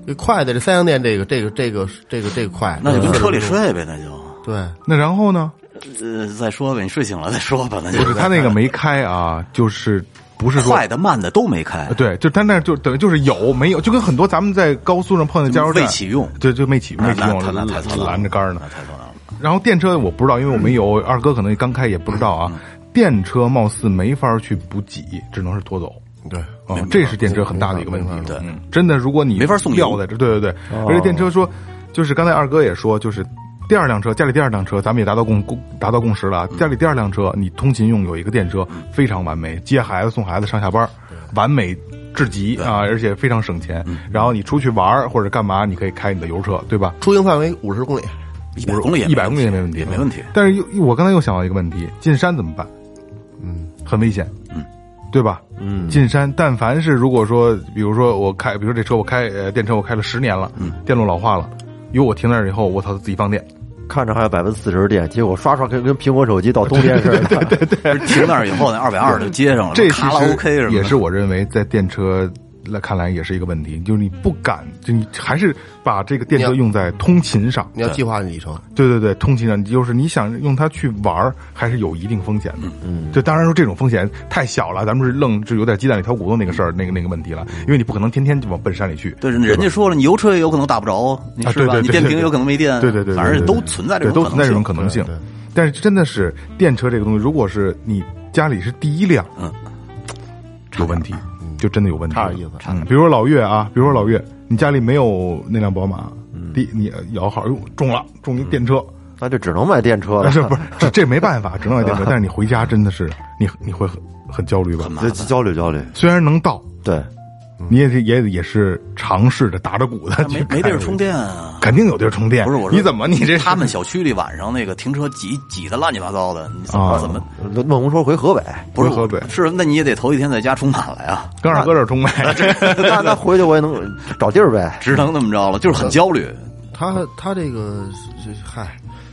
S2: 这快的这三洋电这个这个这个这个这个快，
S5: 那就跟
S2: 嗯
S5: 车里。睡呗，那就
S2: 对，
S1: 那然后呢？
S5: 呃再说呗，你睡醒了再说吧，那就
S1: 不是他那个没开啊，就是不是说
S5: 快的慢的都没开
S1: 呃，对，就他那就等于就是有没有，就跟很多咱们在高速上碰见加油站
S5: 未启用
S1: 对，就没启
S5: 那
S1: 没启
S5: 那
S1: 用
S5: 那那太操蛋了，
S1: 拦着杆儿呢
S5: 那。太操蛋了。
S1: 然后电车我不知道，因为我没有，二哥可能刚开也不知道啊。
S5: 嗯
S1: 电车貌似没法去补给，只能是拖走。
S2: 对，
S1: 啊，这是电车很大的一个问题。
S5: 对
S1: 嗯，真的，如果你
S5: 没法送油
S1: 料在这，对对对，而且电车说，就是刚才二哥也说，就是第二辆车，家里第二辆车，咱们也达到共共达到共识了
S5: 嗯
S1: 啊。家里第二辆车，你通勤用有一个电车，非常完美，接孩子、送孩子、上下班，完美。至极啊，而且非常省钱。
S5: 嗯
S1: 然后你出去玩儿或者干嘛，你可以开你的油车，对吧？
S2: 出行范围五十公里，
S5: 一百公里也
S1: 一百公里也没问
S5: 问
S1: 题，
S5: 也没问题。
S1: 但是又又我刚才又想到一个问题，进山怎么办？嗯，很危险，
S5: 嗯，
S1: 对吧？嗯，进山，但凡是如果说，比如说我开，比如说这车我开呃电车我开了十年了，嗯，电路老化了，有我停那儿以后，我操，自己放电，
S4: 看着还有百分之四十电，结果刷刷跟跟苹果手机到冬天似的。对对对，
S5: 停那儿以后，那二百二就接上了，
S1: 这其
S5: 哦卡拉
S1: 实
S5: OK 什么的
S1: 也是我认为在电车来看来也是一个问题，就是你不敢，就你还是把这个电车用在通勤上。
S2: 你要计划里程，
S1: 对对对，通勤上，就是你想用它去玩儿，还是有一定风险的。嗯，就当然说这种风险太小了，咱们是愣是有点鸡蛋里挑骨头那个事儿，那个那个问题了，因为你不可能天天就往奔山里去。
S5: 对，人家说了，你油车也有可能打不着啊，你
S1: 啊
S5: 是吧？
S1: 对对对
S5: 你电瓶也有可能没电，
S1: 对对对，对
S5: 反正
S1: 对
S5: 都
S1: 对
S5: 存在这
S1: 对
S5: 种
S1: 都存在这种可
S5: 能嗯
S1: 能性。但是真的是电车这个东西，如果是你家里是第一辆，
S5: 嗯，
S1: 有问题，就真的有问题，
S2: 差点意思
S1: 嗯，比如说老岳啊，比如说老岳，你家里没有那辆宝马，
S5: 嗯
S1: 第你摇号哟中了，中一电车，
S4: 那就只能买电车了。
S1: 但是不是这这没办法，只能买电车。但是你回家真的是
S5: 嗯
S1: 你你会很很焦虑吧？
S4: 就交流交流，
S1: 虽然能到，
S4: 对，
S1: 你也是也也是尝试着打着鼓的
S5: 但
S1: 去
S5: 嗯没没地儿
S1: 开
S5: 充电啊。
S1: 肯定有地儿充电。
S5: 不是我
S1: 哎
S5: 说，
S1: 你怎么你这
S5: 他们小区里晚上那个停车挤挤的乱七八糟的，你怎么
S1: 啊
S5: 怎么
S4: 孟孟红说回河北，
S5: 不是
S1: 回河北
S5: 我是？那你也得头一天在家充满了呀，
S1: 跟二哥这儿充呗？
S5: 啊
S4: 那那回去我也能找地儿呗。
S5: 只能那么着了，就是很 焦虑。
S2: 他他这个这嗨，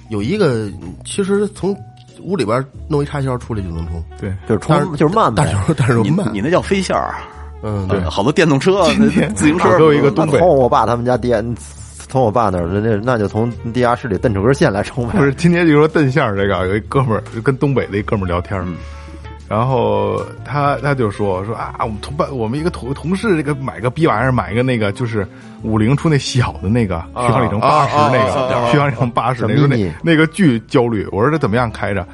S2: 有一个其实从屋里边弄一插销出来就能充，
S1: 对，
S4: 就是
S2: 但是
S4: 充就是慢呗
S2: 但，是但是
S5: 你
S2: 慢
S5: 你，那叫飞线儿，
S2: 嗯，
S5: 呃好多电动车、那自行车
S1: 二哥有一个东北
S4: 从我爸他们家电，从我爸那儿那那就从地下室里蹬出根线来充呗
S1: 不。是，今天就说邓相这个，有一哥们儿就跟东北的一哥们儿聊天儿，然后他他就说说啊，我们同伴，我们一个同同事这个买个逼玩意儿，买个那个就是五菱出那小的那个续航里程八十那个，续航里程八十
S4: 小
S1: 那个那
S5: 嗯
S4: mini
S1: 那个巨焦虑。我说这怎么样开着？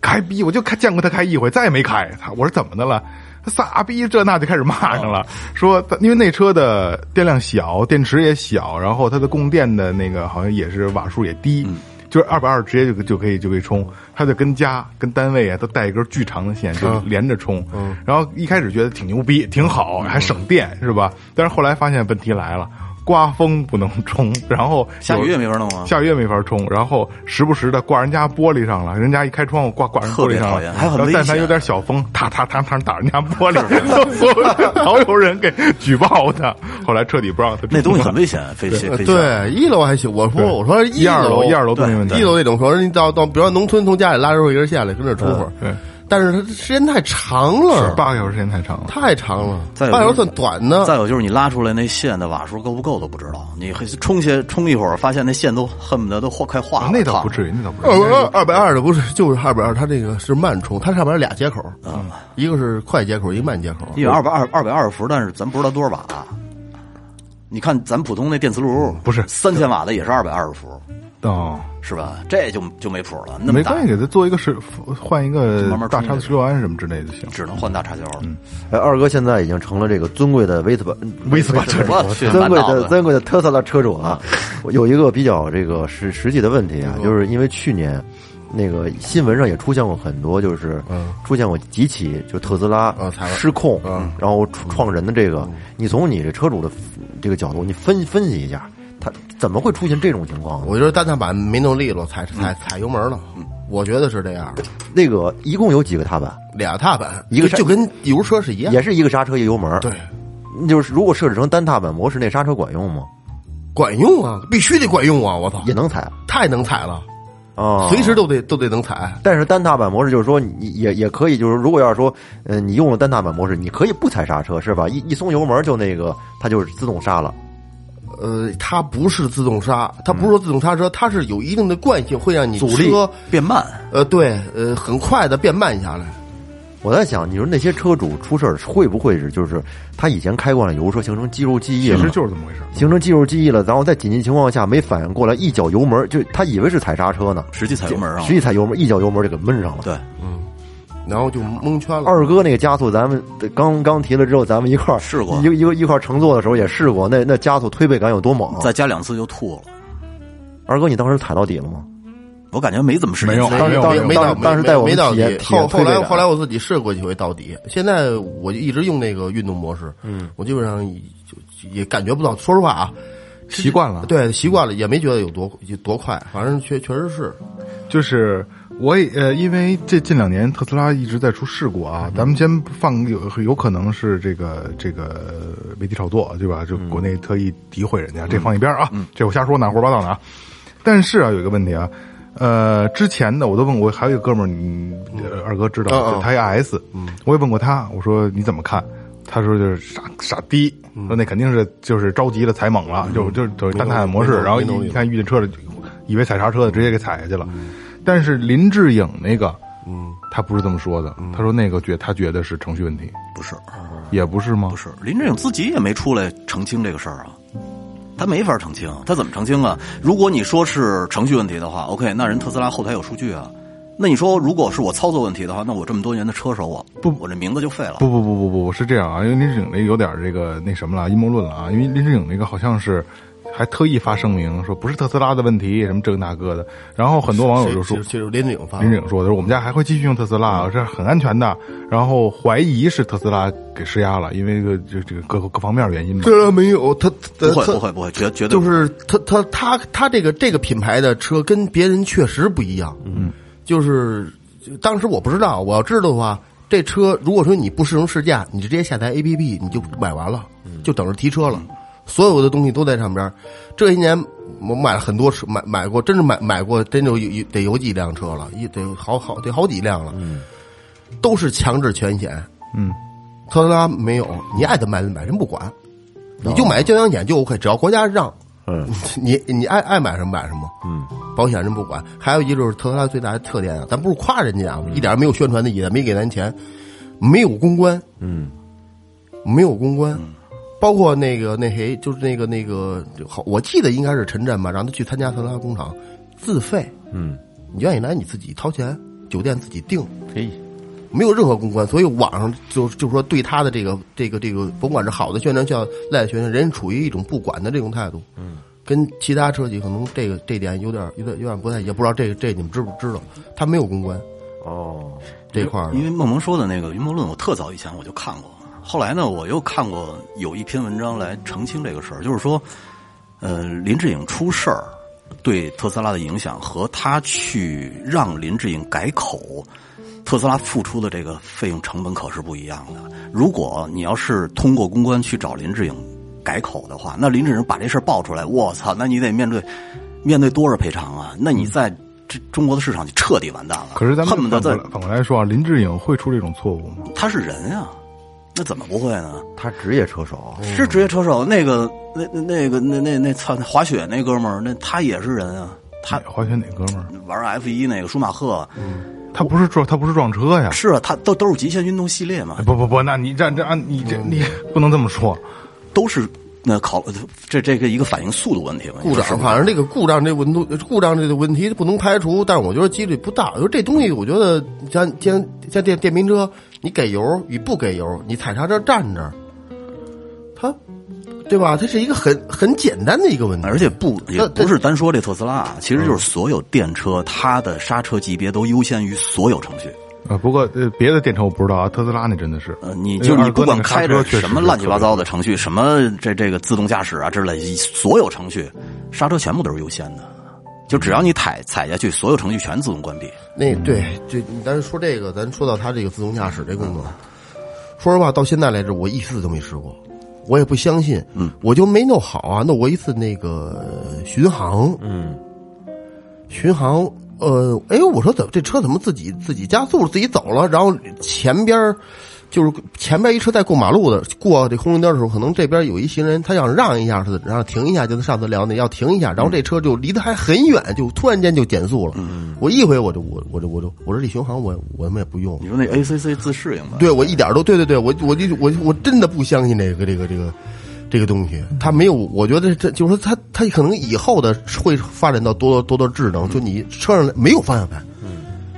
S1: 开逼，我就开见过他开一回，再也没开。他我说怎么的了？他傻逼，这那就开始骂上
S5: 啊
S1: 了，说他因为那车的电量小，电池也小，然后它的供电的那个好像也是瓦数也低，
S5: 嗯
S1: 就是二百二直接就就可以就可以充。他就跟家跟单位啊都带一根巨长的线，
S5: 啊
S1: 就连着充。然后一开始觉得挺牛逼，挺好，还省电是吧？但是后来发现问题来了。刮风不能充，然后有
S5: 下雨也没法弄啊，
S1: 下雨也没法冲，然后时不时的挂人家玻璃上了，人家一开窗户挂挂人玻璃上
S5: 特别讨
S1: 了，
S5: 厌还
S1: 然
S5: 很
S1: 后
S5: 危
S1: 但凡
S5: 险
S1: 有点小风，哒哒哒哒打人家玻璃， 所有老有人给举报他，后来彻底不让他
S5: 那东西很
S1: 危
S5: 危险，飞飞
S2: 呃
S5: 飞线儿。
S2: 对，一楼还行。我说
S1: 啊对
S2: 我说
S1: 一二楼
S2: 楼
S1: 一二楼都没问题
S2: 对一楼那种，我说你到到，比如说农村从家里拉出一根线来跟这儿出会儿，
S1: 对，
S2: 但是它时间太长了，
S1: 八个小时时间太长了，
S2: 太长了，
S5: 再有
S2: 半小
S5: 就
S2: 时
S5: 是
S2: 算短的。
S5: 再有就是你拉出来那线的瓦数够不够都不知道，你还充些充一会儿，发现那线都恨不得都化快化了。
S1: 哦那倒不
S5: 于，
S1: 至于，那倒不
S2: 二
S1: 至于，
S2: 二
S5: 呃
S2: 二百二的不是，就是二百二，它这个是慢充，它上面有俩接口，一个是快接口，一个慢接口。
S5: 因为二百二二百二十伏，但是咱不知道多少瓦。你看咱普通那电磁炉，
S1: 不是
S5: 三千瓦的也是二百二十伏，
S1: 哦，
S5: 是吧？这就就没谱了，那
S1: 没
S5: 么大
S1: 关系，给他做一个是换一个
S5: 慢慢
S1: 大
S5: 充
S1: 叉
S5: 就
S1: 子十六安什么之类的就行。
S5: 只能换大插销
S1: 嗯
S5: 了。
S4: 哎，二哥现在已经成了这个尊贵的威斯巴
S1: 威斯巴车主，
S5: 我去，
S4: 尊
S5: 满
S4: 贵
S5: 脑
S4: 的
S5: 子
S4: 尊贵的特斯拉车主啊，我有一个比较这个实实际的问题啊，
S2: 嗯
S4: 就是因为去年那个新闻上也出现过很多，就是出现过几起就特斯拉
S2: 嗯裁了
S4: 失控，然后创创人的这个，你从你这车主的这个角度，你分分析一下，他怎么会出现这种情况呢？
S2: 我觉得单踏板没弄利落，踩踩踩油门了，我觉得是这样。
S4: 那个一共有几个踏板？
S2: 俩踏板，
S4: 一个
S2: 就是就跟油车是一样
S4: 也，是一个刹车，一个油门。
S2: 对，
S4: 就是如果设置成单踏板模式，那刹车管用吗？
S2: 管用啊，必须得管用啊！我操
S4: 也，能踩
S2: 太能踩了，
S4: 啊，
S2: 随时都得都得能踩。
S4: 但是单踏板模式就是说，你也也可以，就是如果要是说，嗯、你用了单踏板模式，你可以不踩刹车，是吧？一一松油门就那个，它就是自动刹了。
S2: 呃，它不是自动刹，它不是说自动刹车，它是有一定的惯性，会让你
S4: 嗯阻力
S2: 车
S5: 变慢，
S2: 呃对呃很快的变慢下来。
S4: 我在想，你说那些车主出事儿会不会是就是他以前开惯了油车，形成肌肉记忆
S1: 其
S4: 了
S1: 实，就是这么回事。
S4: 形成肌肉记忆了，然后在紧急情况下没反应过来，一脚油门就他以为是踩刹车呢，
S5: 实际踩油门啊
S4: 实。际踩油门，一脚油门就给闷上了。
S5: 对，
S2: 然后就蒙圈了。
S4: 二哥那个加速，咱们刚刚提了之后，咱们一块儿
S5: 试过
S4: 一个一个一块儿乘坐的时候也试过，那那加速推背感有多猛？
S5: 再加两次就吐了。
S4: 二哥，你当时踩到底了吗？
S5: 我感觉没怎么时间
S1: 没有
S5: 踩
S4: 当
S1: 没
S4: 时
S1: 有
S4: 当
S2: 没
S1: 没有
S4: 时当
S2: 到
S4: 时
S2: 没
S4: 当时带我
S2: 没
S4: 们
S2: 到
S4: 体
S2: 底
S4: 验，体
S2: 后后
S4: 验推
S2: 来
S4: 背感
S2: 后来我自己试过几回到底，现在我就一直用那个运动模式，嗯，我基本上就就也感觉不到，说实话啊，
S1: 习惯
S4: 嗯
S1: 了
S2: 对，习惯了也没觉得有多有多快，反正确确实是，
S1: 就是我也呃，因为这近两年特斯拉一直在出事故啊，咱们先放有有可能是这个这个媒体炒作对吧？就国内特意诋毁人家，这放一边啊，这我瞎说哪胡说八道呢啊。但是啊，有一个问题啊，呃，之前的我都问过，还有一个哥们儿，你呃二哥知道，
S2: 嗯嗯
S1: 就他一 S，我也问过他，我说你怎么看？他说就是傻傻逼，说那肯定是就是着急了踩猛了，就就就单踏模式，然后一一看遇见车了，以为踩刹车的，直接给踩下去了。但是林志颖那个，嗯，他不是这么说的，他说那个觉他觉得是程序问题，
S5: 不是，
S1: 也不是吗？
S5: 不是，林志颖自己也没出来澄清这个事儿啊，他没法澄清，他怎么澄清啊？如果你说是程序问题的话，OK，那人特斯拉后台有数据啊。那你说，如果是我操作问题的话，那我这么多年的车手我，不，我这名字就废了。
S1: 不不不不不，是这样啊，因为林志颖那个有点这个那什么了，阴谋论了啊。因为林志颖那个好像是还特意发声明说不是特斯拉的问题，什么这个那个的。然后很多网友就说，
S2: 就是林颖发
S1: 林志颖说的，说我们家还会继续用特斯拉，啊这很安全的。然后怀疑是特斯拉给施压了，因为个就这个各各方面原因嘛。
S2: 这没有他，
S5: 不
S2: 他
S5: 会
S2: 他
S5: 不会不会，绝绝对
S2: 就
S5: 不会
S2: 是他他他他这个这个品牌的车跟别人确实不一样，嗯，就是就当时我不知道，我要知道的话，这车如果说你不试乘试驾，你直接下载 APP 你就买完了，就等着提车了，所有的东西都在上边儿。这些年我买了很多车，买买过，真是买买过，真就有有得有几辆车了，一得有好好得好几辆了，都是强制全险，
S1: 嗯，
S2: 特斯拉没有，你爱怎么买怎么买，人不管，你就买交强险就 OK，只要国家让，
S4: 嗯，
S2: 你你爱爱买什么买什么，嗯，保险人不管。还有一就是特斯拉最大的特点啊，咱不是夸人家啊，一点没有宣传的意思，没给咱钱，没有公关，嗯，没有公关，包括那个那谁，就是那个那个好，我记得应该是陈震吧，让他去参加特斯拉工厂，自费，
S4: 嗯，
S2: 你愿意来你自己掏钱，酒店自己订，
S4: 嘿，
S2: 没有任何公关，所以网上就就说对他的这个这个这个，甭管是好的宣传效、赖的宣传，人处于一种不管的这种态度。嗯，跟其他车企可能这个这点有点有点有点不太一样，不知道这个这你们知不知道？他没有公关
S4: 哦，
S2: 这块儿的
S5: 因为梦萌说的那个《阴谋论》，我特早以前我就看过，后来呢，我又看过有一篇文章来澄清这个事儿，就是说，呃，林志颖出事儿对特斯拉的影响和他去让林志颖改口，特斯拉付出的这个费用成本可是不一样的。如果你要是通过公关去找林志颖改口的话，那林志颖把这事儿爆出来，我操，那你得面对面对多少赔偿啊？那你在这中国的市场就彻底完蛋了。
S1: 可是咱们
S5: 恨不得
S1: 反过
S5: 在
S1: 来反过来说啊，林志颖会出这种错误吗？
S5: 他是人啊，那怎么不会呢？
S4: 他职业车手，
S5: 是职业车手，那个那那那个那那那操那滑雪那哥们儿，那他也是人啊，他
S1: 滑雪哪哥们儿？
S5: 玩 F 一那个舒马赫，
S1: 他不是撞他不是撞车呀？
S5: 是啊，他都都是极限运动系列嘛
S1: 哎，不不不，那你这这按你这你
S5: 嗯
S1: 不能这么说。
S5: 都是那考这这个一个反应速度问题嘛，
S2: 故
S5: 是
S2: 障，
S5: 吧
S2: 反正这个故障这问题，故障这个问题不能排除，但是我觉得几率不大。因为这东西，我觉得像像像电电瓶车，你给油与不给油，你踩刹车站着，它对吧？它是一个很很简单的一个问题，
S5: 而且不也
S2: 但
S5: 不是单说这特斯拉啊，其实就是所有电车，它的刹车级别都优先于所有程序。
S1: 啊，不过呃，别的电车我不知道啊，特斯拉那真的是，
S5: 呃，你
S2: 哎
S5: 就是你不管开着什么乱七八糟
S1: 的，
S5: 的程序，什么这这个自动驾驶啊之类，所有程序刹车全部都是优先的，就
S2: 嗯
S5: 只要你踩踩下去，所有程序全自动关闭。
S2: 那对，就咱说这个，咱说到他这个自动驾驶这工作，说实话，到现在来着，我一次都没试过，我也不相信，嗯，我就没弄好啊，弄过一次那个呃巡航，嗯，巡航，呃，哎，我说怎么这车怎么自己自己加速自己走了，然后前边儿就是前边一车在过马路的过这红绿灯的时候，可能这边有一行人他想让一下似的，然后停一下，就是上次聊那要停一下，然后这车就离得还很远，就突然间就减速了。我一回我就我我就我就我说这巡航我我他妈也不用，
S5: 你说那 ACC 自适应吧？
S2: 对我一点儿都对对对，我我就我我真的不相信这个这个这个这个东西，它没有，我觉得这就是说它它可能以后的会发展到多多多多智能，就你车上没有方向盘，
S5: 嗯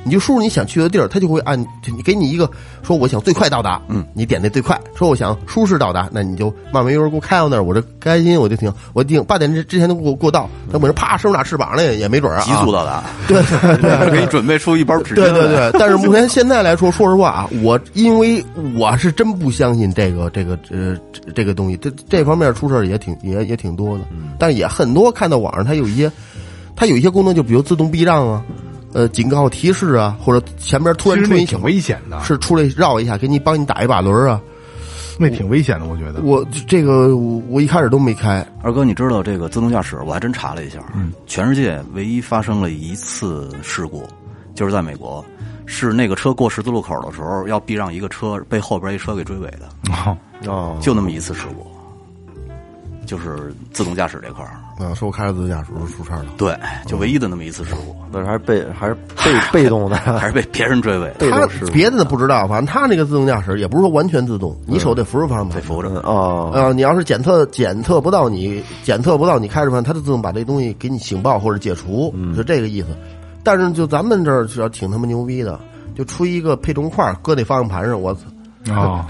S2: 你就输入你想去的地儿，它就会按就你给你一个说我想最快到达，嗯，你点那最快，说我想舒适到达，那你就慢慢悠悠给我开到那儿，我这开心我就停，我定八点之之前都给我给我到，那我这啪伸不打翅膀了也也没准儿啊，
S5: 急速到达，
S2: 对对 对。
S5: 给你准备出一包纸巾
S2: 对
S5: 来。
S2: 对对，但是目前现在来说，说实话啊，我因为我是真不相信这个这个呃这这个东西，这这方面出事儿也挺也也挺多的，但是也很多看到网上它有一些，它有一些功能，就比如自动避让啊，呃警告提示啊，或者前边突然
S1: 其实
S2: 出
S1: 那
S2: 一小
S1: 挺危险的，
S2: 是出来绕一下，给你帮你打一把轮儿啊，
S1: 那挺危险的，我觉得。
S2: 我这个我我一开始都没开，
S5: 二哥，你知道这
S2: 嗯
S5: 个自动驾驶？我还真查了一下，全世界唯一发生了一次事故，就是在美国，是那个车过十字路口的时候要避让一个车，被后边一车给追尾的，
S1: 哦
S4: 哦，
S5: 就那么一次事故，就是自动驾驶这块儿，
S2: 啊，说我开着自驾驶出事儿了。
S5: 对，就唯一的那么一次事故，
S4: 那还是被还是被被动 的，
S5: 还是被别人追尾的，
S4: 被
S2: 他
S4: 动事故
S2: 别的不知道，反正他那个自动驾驶也不是说完全自动，你手得扶着方向
S5: 被
S2: 盘。
S5: 扶着。
S4: 哦，
S2: 啊、你要是检测检测不到你检测不到你开着盘，它就自动把这东西给你警报或者解除，是这个意思。但是就咱们这儿是要挺他妈牛逼的，就出一个配重块儿搁那方向盘上，我操！
S1: 哦，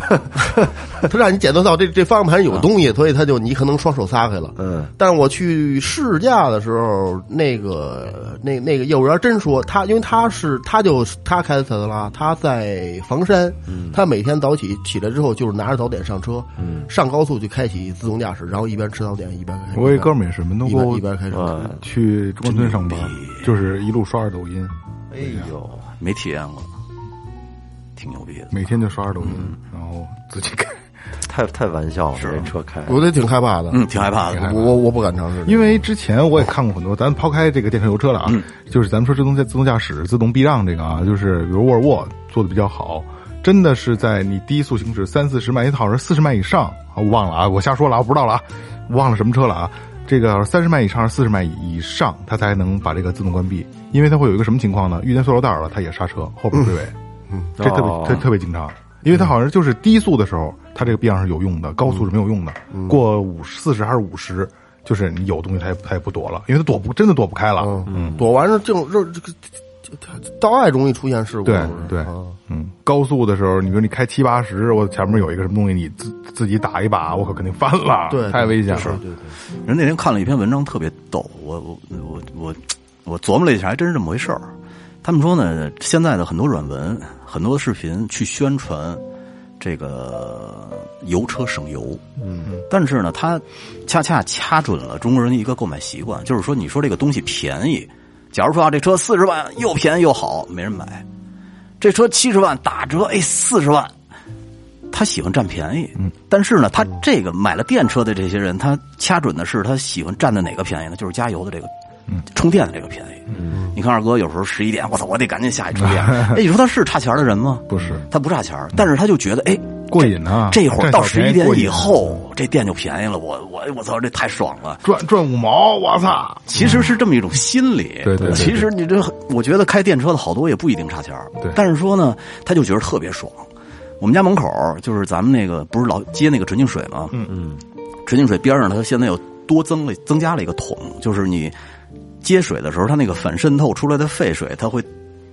S2: 他让你检测到这这方向盘有东西，所以他就你可能双手撒开了。
S4: 嗯，
S2: 但是我去试驾的时候，那个那那个业务员真说他，因为他是他就他开的特斯拉，他在房山，他每天早起起来之后就是拿着早点上车，上高速就开启自动驾驶，然后一边吃早点一边开车。
S1: 我一哥们儿也是门头
S2: 一边
S1: 沟
S2: 一边开车，
S4: 嗯
S1: 去中关村上班，就是一路刷着抖音，
S4: 哎呦，
S5: 没体验过，挺牛逼的。
S1: 每天就刷着抖
S5: 嗯
S1: 音，然后自己开。
S4: 太太玩笑了，这车开
S2: 我都挺害怕的，
S5: 嗯，挺害怕
S2: 我
S5: 的。
S2: 我我不敢尝试。
S1: 因为之前我也看过很多，咱抛开这个电车油车了啊，就是咱们说自动驾自动驾驶、自动避让这个啊，就是比如沃尔沃做的比较好，真的是在你低速行驶三四十迈，一套是四十迈以上啊，我忘了啊，我瞎说了啊，我不知道了啊，忘了什么车了啊。这个三十迈以上、四十迈以上，它才能把这个自动关闭，因为它会有一个什么情况呢？遇见塑料袋儿了，它也刹车，后边追尾，这特别
S4: 哦
S1: 特特别经常，因为
S5: 嗯
S1: 它好像就是低速的时候，它这个避让是有用的，高速是没有用的。
S5: 嗯
S1: 过五四十还是五十，就是你有东西它也它也不躲了，因为它躲不真的躲不开了。
S2: 嗯，躲完了这种这这这道外容易出现事故，
S1: 对
S2: 是不是
S1: 对
S2: 啊，
S1: 嗯，高速的时候，你比如你开七八十，我前面有一个什么东西，你自自己打一把，我可肯定翻了，
S2: 对对
S1: 太危险
S2: 对
S1: 了。
S2: 对对。
S5: 人那天看了一篇文章，特别逗。我我我我我琢磨了一下，还真是这么回事儿。他们说呢，现在的很多软文、很多视频去宣传这个油车省油，嗯，但是呢，它恰恰掐准了中国人的一个购买习惯，就是说，你说这个东西便宜，假如说啊，这车四十万又便宜又好，没人买；这车七十万打折，哎，四十万，他喜欢占便宜，但是呢，他这个买了电车的这些人，他掐准的是他喜欢占的哪个便宜呢？就是加油的这个，充电的这个便宜。你看二哥有时候十一点，我操，我得赶紧下去充电。哎，你说他是差钱的人吗？
S1: 不是
S5: 他不差钱儿，但是他就觉得，哎，
S1: 过瘾啊！
S5: 这会儿
S1: 占
S5: 到
S1: 小
S5: 十
S1: 便
S5: 一
S1: 宜
S5: 点
S1: 过瘾
S5: 以后，这店就便宜了。我我我操，这太爽了。
S1: 赚赚五毛，我操！
S5: 其实是这么一种心理。
S1: 对对对
S5: 其实你这，我觉得开电车的好多也不一定差钱儿
S1: 对
S5: 但是说呢，他就觉得特别爽。我们家门口就是咱们那个不是老接那个纯净水吗？嗯嗯，纯净水边上它现在又多增了增加了一个桶，就是你接水的时候，它那个反渗透出来的废水，它会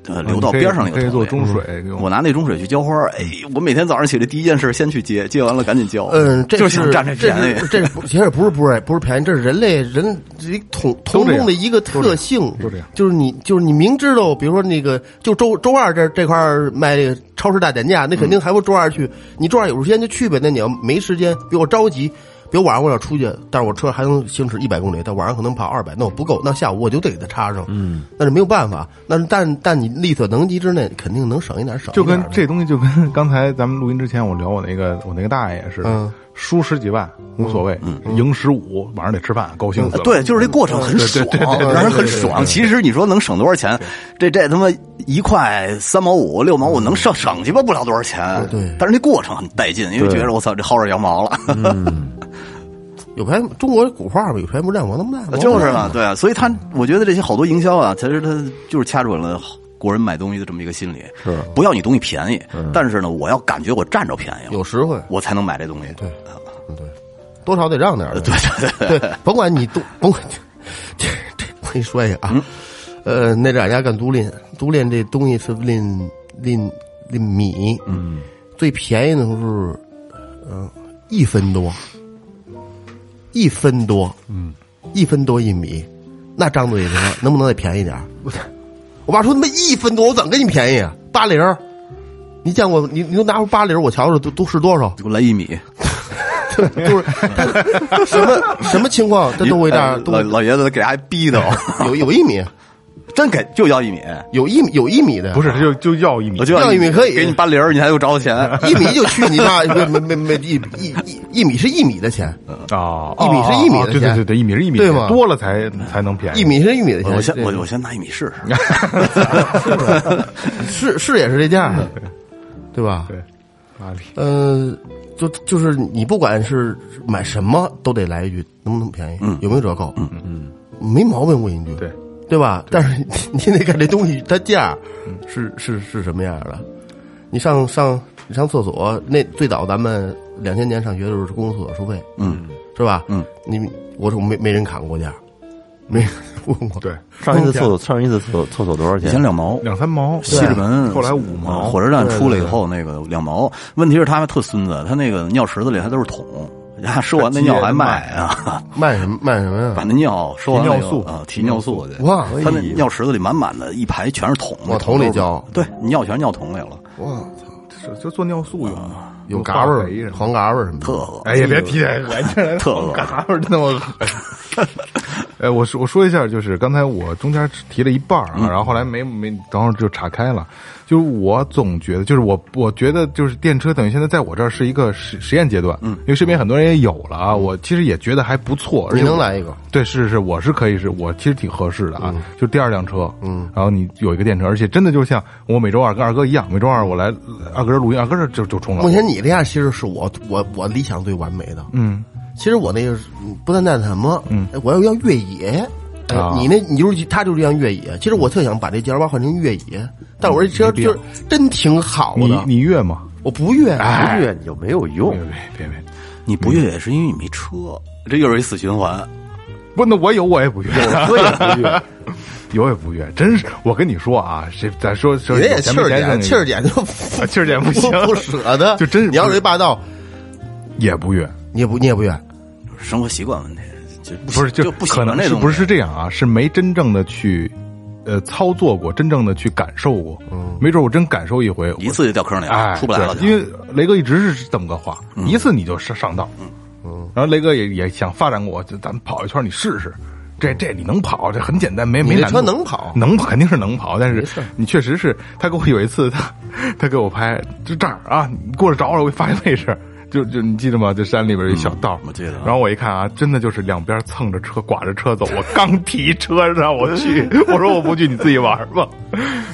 S5: 呃流到边上那
S1: 哦可
S5: 个桶
S1: 以
S5: 里。
S1: 做中水，用
S5: 嗯我拿那种水去浇花儿，哎，我每天早上起来第一件事先去接，接完了赶紧浇。
S2: 嗯，这
S5: 就是想占这便宜
S2: 这。 是这是不其实不是不是不是便宜，这是人类人这统
S1: 都
S2: 同
S1: 这样
S2: 中的一个特性，
S1: 都这样
S2: 就是你就是你明知道，比如说那个就周周二这这块儿卖这个超市大减价，那肯定还不周二去。你周二有时间就去呗。那你要没时间，比如我着急，比如晚上我要出去，但是我车还能行驶一百公里，但晚上可能跑二百，那我不够，那下午我就得给它插上。嗯，那是没有办法。那但但你力所能及之内，肯定能省一点儿省一
S1: 就
S2: 点
S1: 跟
S2: 儿的。
S1: 这东西就跟 刚才咱们录音之前我聊我那个我那个大爷似的
S2: 嗯，
S1: 输十几万无所谓，赢十五晚上得吃饭，高兴
S2: 呃
S1: 死了。
S5: 对，就是这过程很爽， 让人很爽。其实你说能省多少钱？这这他妈一块三毛五、六毛五能省省去吧，不了多少钱。
S2: 嗯对
S5: 但是那过程很带劲，因为觉得我操，这薅着羊毛了，，
S2: 嗯有钱中国古话吧，有钱不占王八蛋
S5: 就是嘛，对啊。所以他，我觉得这些好多营销啊，其实他就是掐准了国人买东西的这么一个心理，是嗯不要你东西便宜，但是呢，我要感觉我占着便宜了，
S2: 有实惠。
S5: 我才能买这东西。对
S2: 多少得让点儿呗。
S5: 对对，
S2: 对，甭管你多，甭管这这，我跟你说一下啊，呃，那阵儿俺家干租赁，租赁这东西是赁赁赁米，嗯，最便宜的时候是，呃，一分多，一分多，嗯，一分多一米，那张嘴说能不能再便宜点儿？我爸说他妈一分多，我怎么给你便宜啊？八零儿。你见过你你都拿出八零儿，我瞧瞧都都是多少？
S5: 给我来一米，
S2: 就是他什么什么情况，他都会这样，都
S5: 哎老老爷子给他逼的，
S2: 有有一米，
S5: 真给就要一米。
S2: 有一米有一米的，
S1: 不是，他就就要一米
S5: 我，就要
S2: 要一米可以嗯
S5: 给你八零儿，你还给我找我钱。
S2: 一米就去你妈，没没没没一一一一米是一米的钱，
S1: 啊，
S2: 一米是一米的
S1: 哦对对
S2: 钱
S1: 对对，一米是一米，
S2: 对吗
S1: 多了才才能便宜
S2: 一米是一米的
S5: 我
S2: 钱。
S5: 我先我我先拿一米试试，
S2: 是是也是这价的，对吧？
S1: 对，哪里？
S2: 嗯，就就是你不管是买什么，都得来一句能不能便宜，有没有折扣？嗯嗯，没毛病，问一句，
S1: 对
S2: 对吧？但是你你得看这东西它价儿是是是什么样的。你上上你上厕所，那最早咱们两千年上学的时候是公共厕所收费，
S5: 嗯，
S2: 是吧？
S5: 嗯，
S2: 你我说没没人砍过价，没人问过，
S1: 对，
S4: 上一次厕所，上一次厕所厕所多少
S5: 以前
S4: 钱？
S5: 两毛，
S1: 两三毛，
S5: 西直门，
S1: 后来五
S5: 啊
S1: 毛，
S5: 火车站出来以后那个两毛。问题是他们特孙子，他那个尿池子里还都是桶，人家收完那尿还卖啊，
S2: 卖什么卖什么
S5: 把
S2: 呀？
S5: 那尿收完了
S1: 提
S5: 以后
S1: 尿素
S5: 啊，提尿素去。
S2: 哇
S5: 他那尿池子里满满的一排全是桶，
S2: 往桶里浇
S5: 对，你尿全尿桶里了，
S2: 哇，
S1: 是就做尿素用的，
S2: 啊有嘎
S1: 嘎
S2: 巴
S1: 巴什
S2: 儿，
S1: 么的。
S2: 黄嘎巴儿什么的，
S5: 特恶
S1: 哎呀，别提这个，这人
S5: 特恶
S1: 嘎巴儿真他妈 恶心。呃，我说我说一下，就是刚才我中间提了一半儿啊，然后后来没没，等会儿就岔开了。就是我总觉得，就是我我觉得，就是电车等于现在在我这儿是一个实实验阶段，嗯，因为身边很多人也有了啊，我其实也觉得还不错，而
S2: 你
S1: 且
S2: 能
S1: 我
S2: 来一个？
S1: 对，是是，我是可以是，我其实挺合适的啊，就第二辆车，嗯，然后你有一个电车，而且真的就像我每周二跟二哥一样，每周二我来二哥这录音，二哥这就就冲了
S2: 目
S1: 我，
S2: 前你这样其实是我我我理想最完美的。
S1: 嗯，
S2: 其实我那个嗯不但那什么，嗯，我要要越野。哎
S1: 啊
S2: 你那，你就是他就是这样越野。其实我特想把这 G L 八换成越野，但我这车
S1: 没必
S2: 就
S1: 要
S2: 是真挺好
S1: 你哎
S2: 的。
S1: 你越吗？
S2: 我不越，
S4: 一月你就没有用
S1: 别，别别别，
S5: 你不越野是因为你没车，这又是一死循环。
S1: 不，那我有我也不越，
S4: 我也不越。
S1: 有也不越，真是我跟你说啊，谁咱说说
S2: 人也
S1: 有钱
S2: 气
S1: 没
S2: 儿
S1: 钱
S2: 减，
S1: 挣
S2: 气儿减就
S1: 啊气儿姐不行，
S2: 不舍得，
S1: 就真是
S2: 你要是一霸道，
S1: 也不越，
S2: 你也不你也不越，
S5: 生活习惯问题，就
S1: 不是
S5: 就
S1: 就
S5: 不喜
S1: 可
S5: 欢
S1: 能
S5: 那
S1: 是
S5: 种
S1: 不是这样啊？是没真正的去。呃，操作过，真正的去感受过，嗯、没准我真感受一回，
S5: 一次就掉坑里了，
S1: 哎，
S5: 出不来了就。嗯
S1: 对因为雷哥一直是这么个话，一次你就上上道，嗯，然后雷哥也也想发展过，就咱们跑一圈你试试，这这你能跑，这很简单，没
S2: 你
S1: 没
S2: 这
S1: 难度
S2: 车能跑
S1: 能跑肯定是能跑，但
S2: 没
S1: 是
S2: 事儿
S1: 你确实是他给我有一次他他给我拍就这儿啊，你过来找我，我给你发一位置。就就你记得吗？就山里边一小道，
S5: 嗯我记得
S1: 然后我一看啊，真的就是两边蹭着车，刮着车走。我刚提车让我 去，我说我不去，你自己玩吧。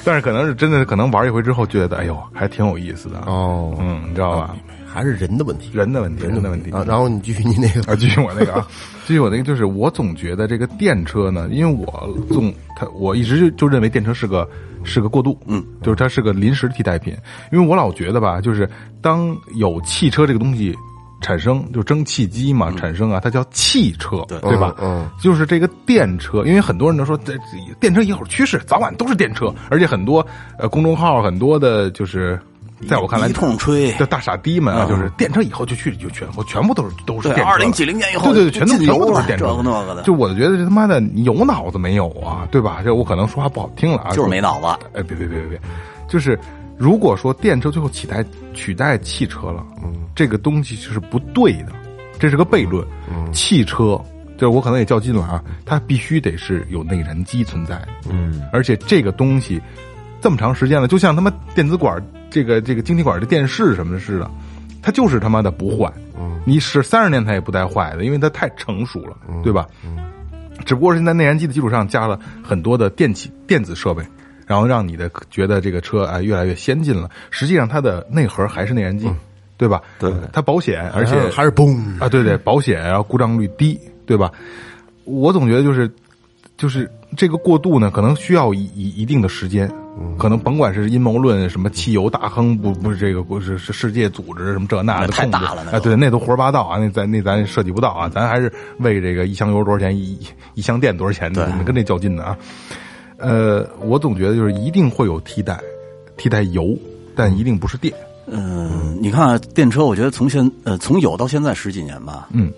S1: 但是可能是真的，可能玩一回之后觉得，哎呦，还挺有意思的。
S2: 哦
S1: 嗯，你知道吧？
S2: 还是人的问题，
S1: 人的问题，人的问题
S2: 啊。然后你继续你那个
S1: 啊，继续我那个啊，继续我那个，就是我总觉得这个电车呢，因为我总它我一直就就认为电车是个是个过渡，嗯，就是它是个临时替代品，因为我老觉得吧，就是当有汽车这个东西产生，就蒸汽机嘛产生啊，它叫汽车，
S5: 嗯对
S1: 对吧？
S2: 嗯嗯
S1: 就是这个电车，因为很多人都说这电车以后是趋势，早晚都是电车，而且很多呃公众号很多的就是。在我看来，
S5: 一通吹
S1: 就大傻逼们啊，
S5: 哎嗯
S1: 就是电车以后就去就全部全部都是都是
S5: 对，
S1: 电车
S5: 二零几零年以后，
S1: 对对，全都
S5: 进
S1: 全部
S5: 油
S1: 都
S5: 了
S1: 是电
S5: 这
S1: 车，
S5: 个那个的，
S1: 就我就觉得这他妈的你有脑子没有啊，对吧？这我可能说话不好听了啊，
S5: 就是没脑子。
S1: 哎，别别别别别，就是如果说电车最后取代取代汽车了，嗯，这个东西就是不对的，这是个悖论。嗯，汽车就是我可能也较劲了啊，它必须得是有内燃机存在，嗯，而且这个东西这么长时间了，就像他妈电子管儿这个这个晶体管儿的电视什么似的，它就是他妈的不坏，嗯，你使三十年它也不带坏的，因为它太成熟了，对吧？只不过是在内燃机的基础上加了很多的电器电子设备，然后让你的觉得这个车哎越来越先进了。实际上它的内核还是内燃机，对吧？对，它保险，而且
S2: 还是嘣，
S1: 啊，对对，保险，然后故障率低，对吧？我总觉得就是就是这个过渡呢，可能需要一一一定的时间。
S5: 嗯
S1: 可能甭管是阴谋论，什么汽油大亨不不是这个不是是世界组织什么这那的
S5: 那太
S1: 控制
S5: 大了那
S1: 啊，
S5: 都
S1: 对，那都胡说八道啊，那咱那咱涉及不到啊，咱还是为这个一箱油多少钱，一一一箱电多少钱，
S5: 对
S1: 跟这较劲呢啊。呃，我总觉得就是一定会有替代，替代油，但一定不是电。
S5: 嗯，你看啊电车，我觉得从现呃从有到现在十几年吧，
S1: 嗯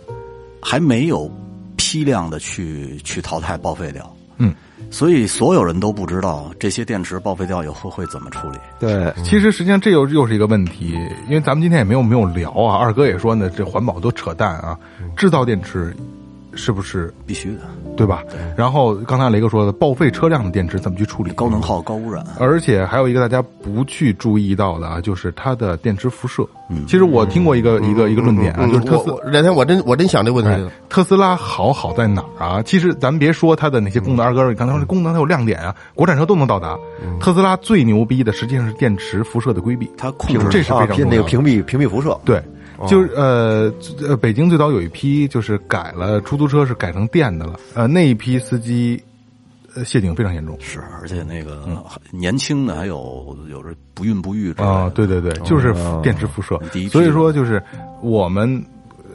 S5: 还没有批量的去去淘汰报废掉，
S1: 嗯，
S5: 所以所有人都不知道这些电池报废掉以后会怎么处理。
S4: 对，
S1: 其实实际上这又又是一个问题，因
S5: 嗯
S1: 为咱们今天也没有没有聊啊。二哥也说呢，这环保都扯淡啊。制造电池是不是
S5: 必须的，
S1: 对吧？然后刚才雷哥说的报废车辆的电池怎么去处理？
S5: 高能耗、高污染。啊
S1: 而且还有一个大家不去注意到的啊，就是它的电池辐射。
S5: 嗯
S1: 其实我听过一个、一个一个论点啊，就是特
S2: 嗯
S1: 斯
S2: 我我那天我真我真想这问题了
S1: 哎，特斯拉好好在哪儿啊？其实咱别说它的那些功能，二哥你刚才说这功能它有亮点啊，国产车都能到达。特斯拉最牛逼的实际上是电池辐射的规避，
S5: 它控制
S1: 这是非
S4: 啊，
S1: 常
S4: 屏
S1: 重
S4: 那
S1: 要
S4: 个
S1: 的。
S4: 屏蔽屏蔽辐射，
S1: 对，就是呃最呃，北京最早有一批就是改了出租车是改成电的了，呃，那一批司机呃陷阱非常严重。
S5: 是，而且那个
S1: 嗯
S5: 年轻的还有有着不孕不育之类的
S1: 啊，对对对，就是
S5: 哦
S1: 电池辐射
S5: 第一。批
S1: 所以说，就是我们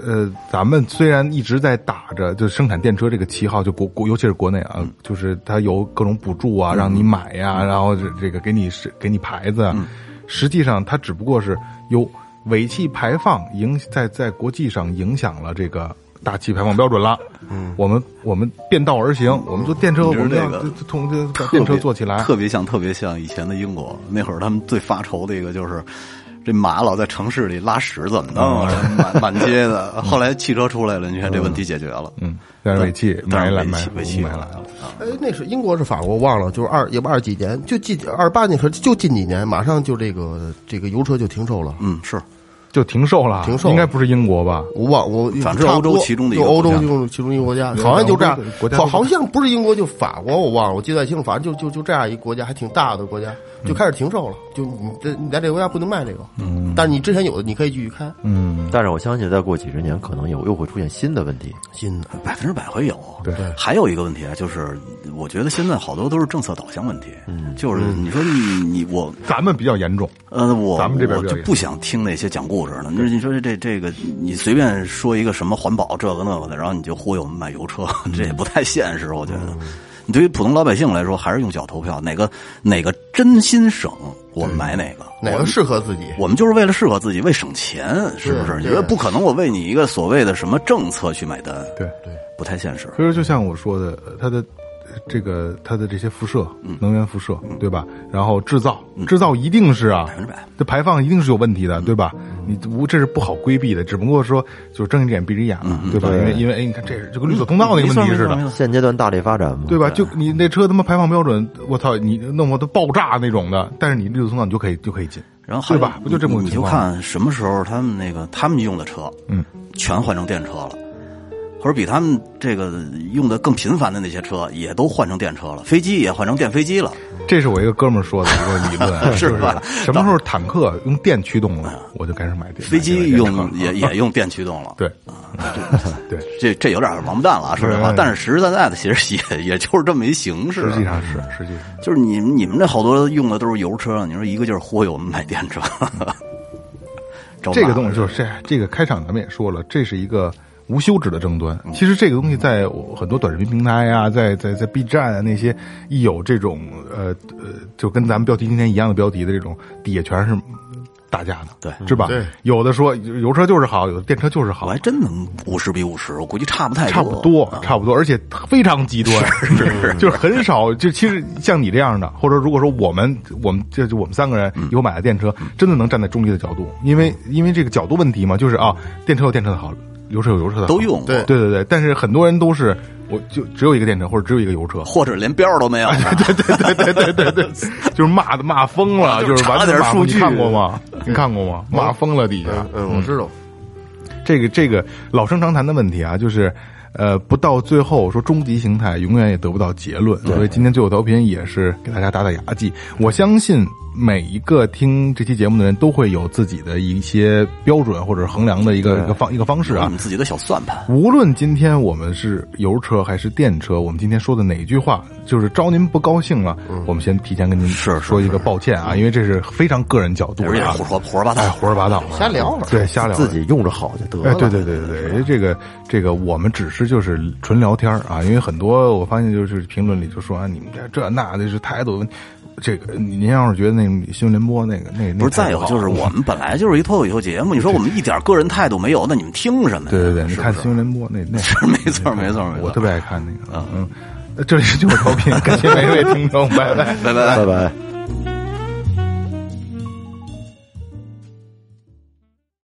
S1: 呃，咱们虽然一直在打着就生产电车这个旗号，就国国，尤其是国内啊，
S5: 嗯
S1: 就是它有各种补助啊，让你买呀、然后这这个给你是给你牌子啊，
S5: 嗯
S1: 实际上它只不过是有尾气排放影在在国际上影响了这个。大气排放标准了，嗯，我们我们变道而行，我们做电车，我
S5: 你知道
S1: 们要
S5: 那个
S1: 就就通就把
S5: 特别
S1: 电车做起来，
S5: 特别像特别像以前的英国那会儿，他们最发愁的一个就是。这马老在城市里拉屎怎么弄啊？
S1: 嗯
S5: 满满 街的。后来汽车出来了，你看这问题解决了。
S1: 嗯，但是尾气
S5: 但
S1: 买
S5: 是
S1: 来
S5: 尾
S1: 买
S5: 气尾气
S1: 买来了，
S2: 哎，那是英国是法国，忘了，就是二也不二几年，就近二八年，可是就近几年，马上就这个这个油车就停售了。
S5: 嗯，是
S1: 就停售了啊，
S2: 停售
S1: 应该不是英国吧？
S2: 我忘我，
S5: 反正是
S2: 差不多
S5: 欧洲其中的一个
S2: 就欧洲
S5: 国家
S2: 其中其中一个国家，
S1: 对
S2: 好像就这样
S1: 然后国，家
S2: 好好像不是英国就法国，我忘了，我记不太清楚，反正就就就这样一国家，还挺大的国家，
S5: 嗯
S2: 就开始停售了，就你这你在这个国家不能卖这个，嗯，但是你之前有的你可以继续开，
S1: 嗯，
S4: 但是我相信再过几十年，可能有又会出现新的问题。
S2: 新的
S5: 百分之百会有。
S1: 对，
S5: 还有一个问题啊，就是我觉得现在好多都是政策导向问题。嗯，就是你说你你我
S1: 咱们比较严重，
S5: 呃，我
S1: 咱们这边
S5: 我
S1: 比较
S5: 就
S1: 严
S5: 不想听那些讲故事的。你说你说这这个，你随便说一个什么环保这个那个的，然后你就忽悠我们买油车，这也不太现实，我觉
S1: 嗯
S5: 得。你对于普通老百姓来说，还是用脚投票，哪个哪个真心省，我们买哪个。
S2: 哪个适合自己？
S5: 我们就是为了适合自己，为省钱，是不是？
S2: 对
S5: 你说不可能，我为你一个所谓的什么政策去买单，
S1: 对。
S5: 不太现实。
S1: 所以说，就像我说的，呃它的呃这个它的这些辐射，能源辐射，对吧？然后制造，制造一定是啊，
S5: 百分之百
S1: 这排放一定是有问题的，对吧？你无这是不好规避的，只不过说就是睁一只眼闭一只眼嘛，对吧？因为因为哎，你看这是就跟绿色通道那个问题似的，
S4: 现阶段大力发展嘛，
S1: 对吧？就你那车他妈排放标准，我操，你弄我都爆炸那种的，但是你绿色通道你就可以就可以进，
S5: 然后还有
S1: 对吧不就这么个
S5: 你你
S1: 情
S5: 就
S1: 况
S5: 看什么时候他们那个他们用的车，
S1: 嗯，
S5: 全换成电车了，或者比他们这个用的更频繁的那些车也都换成电车了，飞机也换成电飞机了，
S1: 这是我一个哥们儿说的一个理论，啊
S5: 是吧嗯
S1: 就什么时候坦克用电驱动了，我就开始买电
S5: 飞
S1: 买
S5: 机
S1: 电车了啊
S5: 用也也用电驱动了。
S1: 对，
S5: 这这有点王八蛋了啊，说实话。
S1: 对
S5: 但是实实在在的，其实也也就是这么一形式。
S1: 实际上是实际上
S5: 就是啊你们你们这好多用的都是油车，你说一个劲儿忽悠我们买电 车，找
S1: 这
S5: 骂
S1: 个东西就是这这个开场咱们也说了，这是一个无休止的争端。
S5: 嗯
S1: 其实这个东西在我很多短视频平台啊，在在在 B 站啊那些一有这种呃呃，就跟咱们标题今天一样的标题的这种，底下全是。打架的，
S5: 对
S1: 是吧？
S2: 对
S1: 有的说油车就是好，有的电车就是好
S5: 我还，真能五十比五十，我估计差不太啊
S1: 差不多，差不多，而且非常极端，就是很少。就其实像你这样的，或者如果说我们我们这就我们三个人以后买了电车，真的能站在中立的角度，因为因为这个角度问题嘛，就是啊，电车有电车的好，油车有油车的好
S5: 都用过
S2: 对
S1: 对对对，但是很多人都是我就只有一个电车或者只有一个油车，
S5: 或者连标儿都没有。
S1: 哎对对对对对，就是骂的骂疯了，
S5: 就是是
S1: 完
S5: 差
S1: 全
S5: 点
S1: 骂疯
S5: 数据
S1: 你看过吗？你看过吗？骂疯了底下。
S5: 呃
S2: 嗯嗯，我知道，
S1: 这个这个老生常谈的问题啊，就是呃，不到最后说终极形态，永远也得不到结论。所以今天最后调频也是给大家打打牙祭。我相信每一个听这期节目的人都会有自己的一些标准或者衡量的一个一个方一个方式
S5: 有
S1: 啊
S5: 你。们自己的小算盘。
S1: 无论今天我们是油车还是电车，我们今天说的哪一句话，就是招您不高兴了，我们先提前跟您
S5: 是是
S1: 说一个抱歉啊，因为这是非常个人角度
S5: 而且
S1: 的啊
S5: 胡，说胡说八
S1: 哎，
S5: 道，
S1: 胡说八道，
S2: 瞎聊会儿
S1: 对，瞎聊会儿
S4: 自己用着好就得
S1: 哎，
S4: 了。
S1: 对对对对对，这个这个，我们只是就是纯聊天儿啊，因为很多我发现就是评论里就说啊，你们这这那的是态度问题，这个您要是觉得那个新闻联播那个那个
S5: 不
S1: 那
S5: 是再有
S1: 啊
S5: 就是我们本来就是一脱口秀节目，你说我们一点个人态度没有，那你们听什么呀？
S1: 对对对，你
S5: 是
S1: 看
S5: 不是
S1: 新闻联播那那
S5: 没错没错没错。
S1: 我特嗯别爱看那个，嗯，这里是就是调频，感谢每一位听众，拜拜。
S5: 拜拜。
S4: 拜拜。